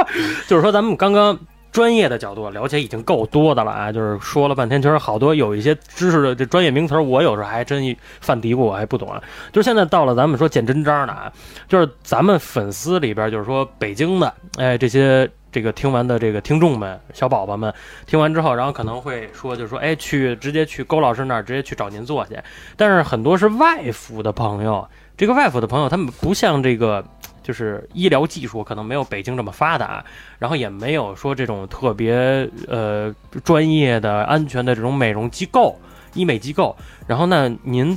A: 就是说咱们刚刚。专业的角度了解已经够多的了啊，就是说了半天，其实好多有一些知识的这专业名词儿，我有时候还真犯嘀咕，我还不懂啊。就是现在到了咱们说见真章的啊，就是咱们粉丝里边，就是说北京的，哎，这些这个听完的这个听众们、小宝宝们，听完之后，然后可能会说，就是说，哎，去直接去勾老师那儿，直接去找您做去。但是很多是外服的朋友，这个外府的朋友，他们不像这个就是医疗技术可能没有北京这么发达，然后也没有说这种特别呃专业的、安全的这种美容机构、医美机构。然后呢，您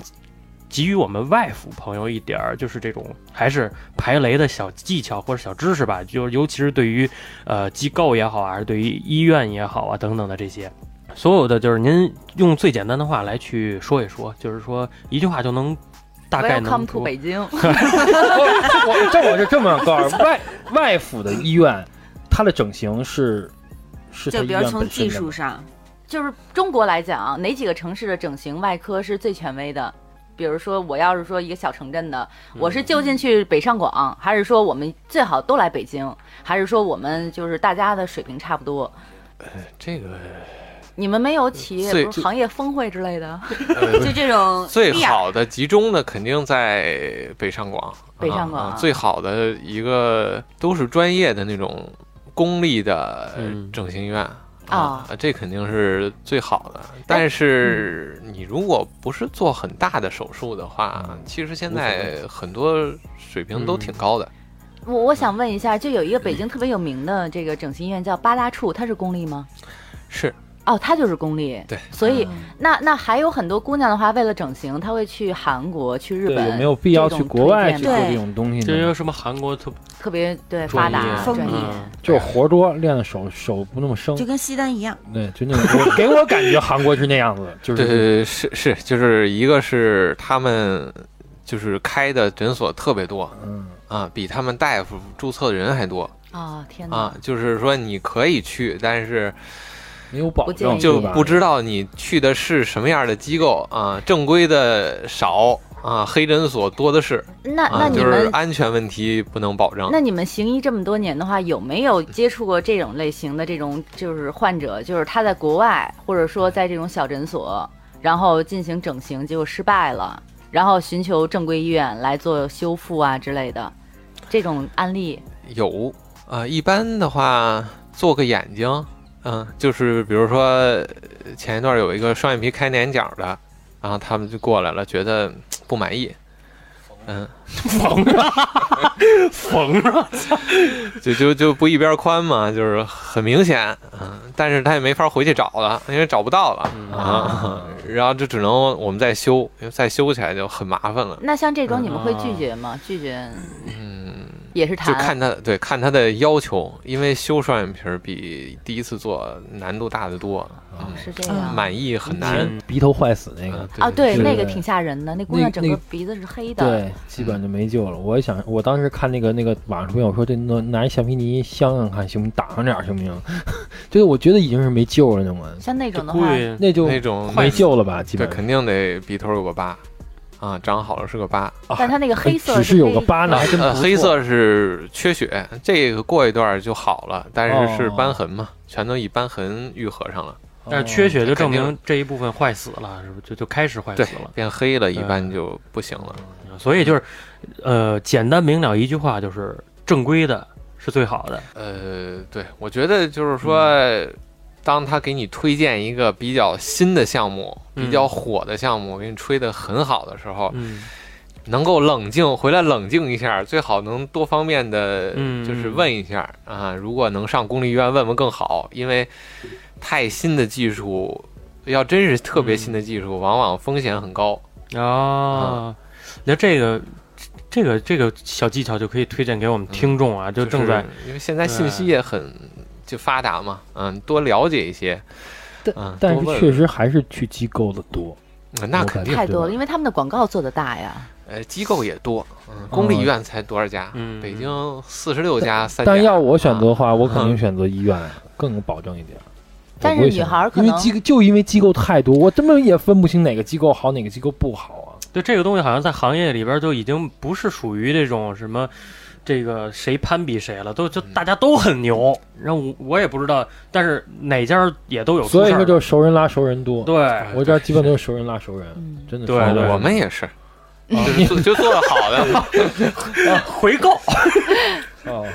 A: 给予我们外府朋友一点儿就是这种还是排雷的小技巧或者小知识吧，就是尤其是对于呃机构也好啊，还是对于医院也好啊等等的这些。所有的就是您用最简单的话来去说一说，就是说一句话就能大概能
B: Welcome to
A: 说
B: 北京，
F: 我我这我是这么告诉外外府的医院，它的整形是是它
E: 就
F: 医
E: 比如
F: 院
E: 从
F: 本身
E: 技
F: 的
E: 术
F: 吗。
E: 上，
B: 就是中国来讲，哪几个城市的整形外科是最权威的？比如说，我要是说一个小城镇的，我是就近去北上广，还是说我们最好都来北京，还是说我们就是大家的水平差不多？
D: 这个
B: 你们没有企业
D: 最
B: 不是行业峰会之类的？
D: 呃
E: 就这种
D: 最
E: 面儿
D: 好的集中的肯定在北上广，
B: 北上广
D: 啊啊最好的一个都是专业的那种公立的
A: 嗯
D: 整形医院。
B: 啊
D: 这肯定是最好的。但
B: 嗯
D: 是你如果不是做很大的手术的话，
F: 嗯
D: 其实现
F: 无所嗯
D: 在很多水平都挺高的。
B: 我我想问一下，就有一个北京特别有名的这个整形医院叫八大处，它是公立吗？
D: 是
B: 哦，它就是公立。
D: 对，
B: 所以、那那还有很多姑娘的话，为了整形，她会去韩国、去日
F: 对，
B: 本，
F: 有没有必要
B: 这
F: 去
B: 种
F: 国外去
B: 推
F: 做
B: 荐
E: 对
F: 这种东西
A: 这
F: 呢
A: 有？什么韩国特
B: 特别对发
A: 专业
B: 达
E: 风
B: 专
E: 靡
B: 业？
A: 嗯
F: 就是活多，练的手手不那么生
E: 就。跟西单一样，
F: 对，就那种 [LAUGHS] 我给我感觉韩国是那样子，
D: [LAUGHS]
F: 就
D: 对对
F: 是
D: 对，是是，就是一个是他们就是开的诊所特别多
F: 嗯，
D: 啊，比他们大夫注册的人还多
B: 哦，天哪！
D: 啊。就是说你可以去，但是
F: 没有保
B: 不建
F: 证，
B: 议
D: 就
F: 对吧
D: 不知道你去的是什么样的机构啊，正规的少啊，黑诊所多的是
B: 那那
D: 啊，
B: 你
D: 就是
B: 们、
D: 安全问题不能保证。
B: 那你们行医这么多年的话，有没有接触过这种类型的这种就是患者，就是他在国外或者说在这种小诊所，然后进行整形，结果失败了，然后寻求正规医院来做修复啊之类的这种案例？
D: 有啊、一般的话做个眼睛，嗯、就是比如说呃前一段有一个双眼皮开眼角的，然后他们就过来了，觉得嗯不满意，嗯，
A: 缝啊，缝啊，
D: [LAUGHS] 就就就不一边宽嘛，就是很明显，嗯、但是他也没法回去找了，因为找不到了
A: 嗯
D: 啊，然后就只能我们再修，因为再修起来就很麻烦了，
B: 那像这种你们会拒绝吗？拒绝
D: 嗯。
B: 也是
D: 就
B: 谈
D: 看他对看他的要求，因为修双眼皮儿比第一次做难度大得多，嗯
B: 哦是这样。
D: 满意很难。
F: 鼻头坏死那个。
D: 嗯
B: 啊，对，
F: 是
B: 那个挺吓人的，那姑
F: 那
B: 娘整
F: 那
B: 个
F: 个
B: 鼻子是黑的。
F: 对，基本就没救了。我也想，我当时看那个那个网上出现，我说这拿拿一橡皮泥镶上啊看行不行，打上点儿行不行？ [LAUGHS] 就是我觉得已经是没救了那种了，
B: 像那种的话，
A: 对，
F: 那就
D: 那种
F: 没救了吧？基
D: 对，
F: 本上
D: 肯定得鼻头有个疤啊，长好了是个疤，
B: 但它那个黑色
F: 哎只是有
B: 黑
F: 个疤呢，还真不
D: 呃，
F: 错嗯
D: 黑。色是缺血，
F: 哦
D: 这个过一段就好了，但是是斑痕嘛，全都以斑痕愈合上了。
A: 但是缺血就证
D: 肯
A: 明
D: 定
A: 这一部分坏死了，是不是就就开始坏死
D: 对
A: 了？嗯
D: 变黑了，一般就不行了。
A: 所以就是，呃，简单明了一句话就是正规的是最好的。
D: 呃，对，我觉得就是说，当他给你推荐一个比较新的项目、
A: 嗯
D: 比较火的项目，给你吹得很好的时候，
A: 嗯，
D: 能够冷静回来冷静一下，最好能多方面的
A: 嗯
D: 就是问一下啊，如果能上公立医院问问更好，因为太新的技术，要真是特别新的技术，往往风险很高。
A: 哦，那这个这个这个小技巧就可以推荐给我们听众啊，就
D: 就
A: 正在
D: 是因为现在信息也很就发达嘛，嗯，多了解一些，嗯，
F: 但
D: 多
F: 是
D: 问
F: 确
D: 问
F: 实还是去机构的多，
D: 嗯那肯定，
B: 太多了，因为他们的广告做的大呀。
D: 呃，机构也多，嗯，公立医院才多少家？
A: 嗯
D: 北京四十六家，啊三
F: 但
D: 家。
F: 要我选
A: 啊
F: 择的话，我
A: 嗯
F: 肯定选择医院，更有保证一点。
B: 但是
F: 我不会选
B: 女孩儿可
F: 因为
B: 能
F: 机构就因为机构太多，我根本也分不清哪个机构好，哪个机构不好啊。
A: 对这个东西好像在行业里边就已经不是属于这种什么。这个谁攀比谁了，都就
D: 嗯
A: 大家都很牛，然后我我也不知道，但是哪家也都有出事儿。
F: 所以说，就是哎熟人拉熟人多。
A: 对，
F: 我这儿基本都是熟人拉熟人，
B: 嗯，
F: 真的。
A: 对
F: 熟人
A: 对
F: 拉
D: 我
F: 熟人
D: 们也是，就是做就做的好的，
A: 回购
F: 哦，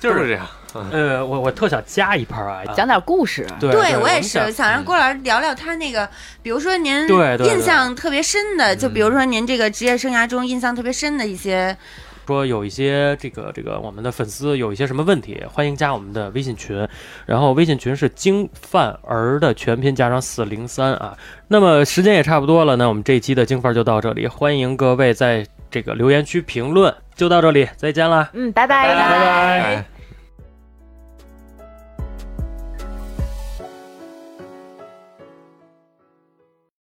D: 就
A: 就是是
D: 这样。
A: 呃，我我特想加一盘啊，
B: 讲点故事。
A: 对，
E: 对我也
A: 们想
E: 是想让郭老师聊聊他那个，比如说您
A: 对对对嗯
E: 印象特别深的，就比如说您这个职业生涯中印象特别深的一些，
A: 说有一些这个这个我们的粉丝有一些什么问题，欢迎加我们的微信群，然后微信群是经范儿的全拼加上四零三啊。那么时间也差不多了，那我们这一期的经范儿就到这里，欢迎各位在这个留言区评论，就到这里，再见啦。
B: 嗯，拜拜
A: 拜拜
D: 哎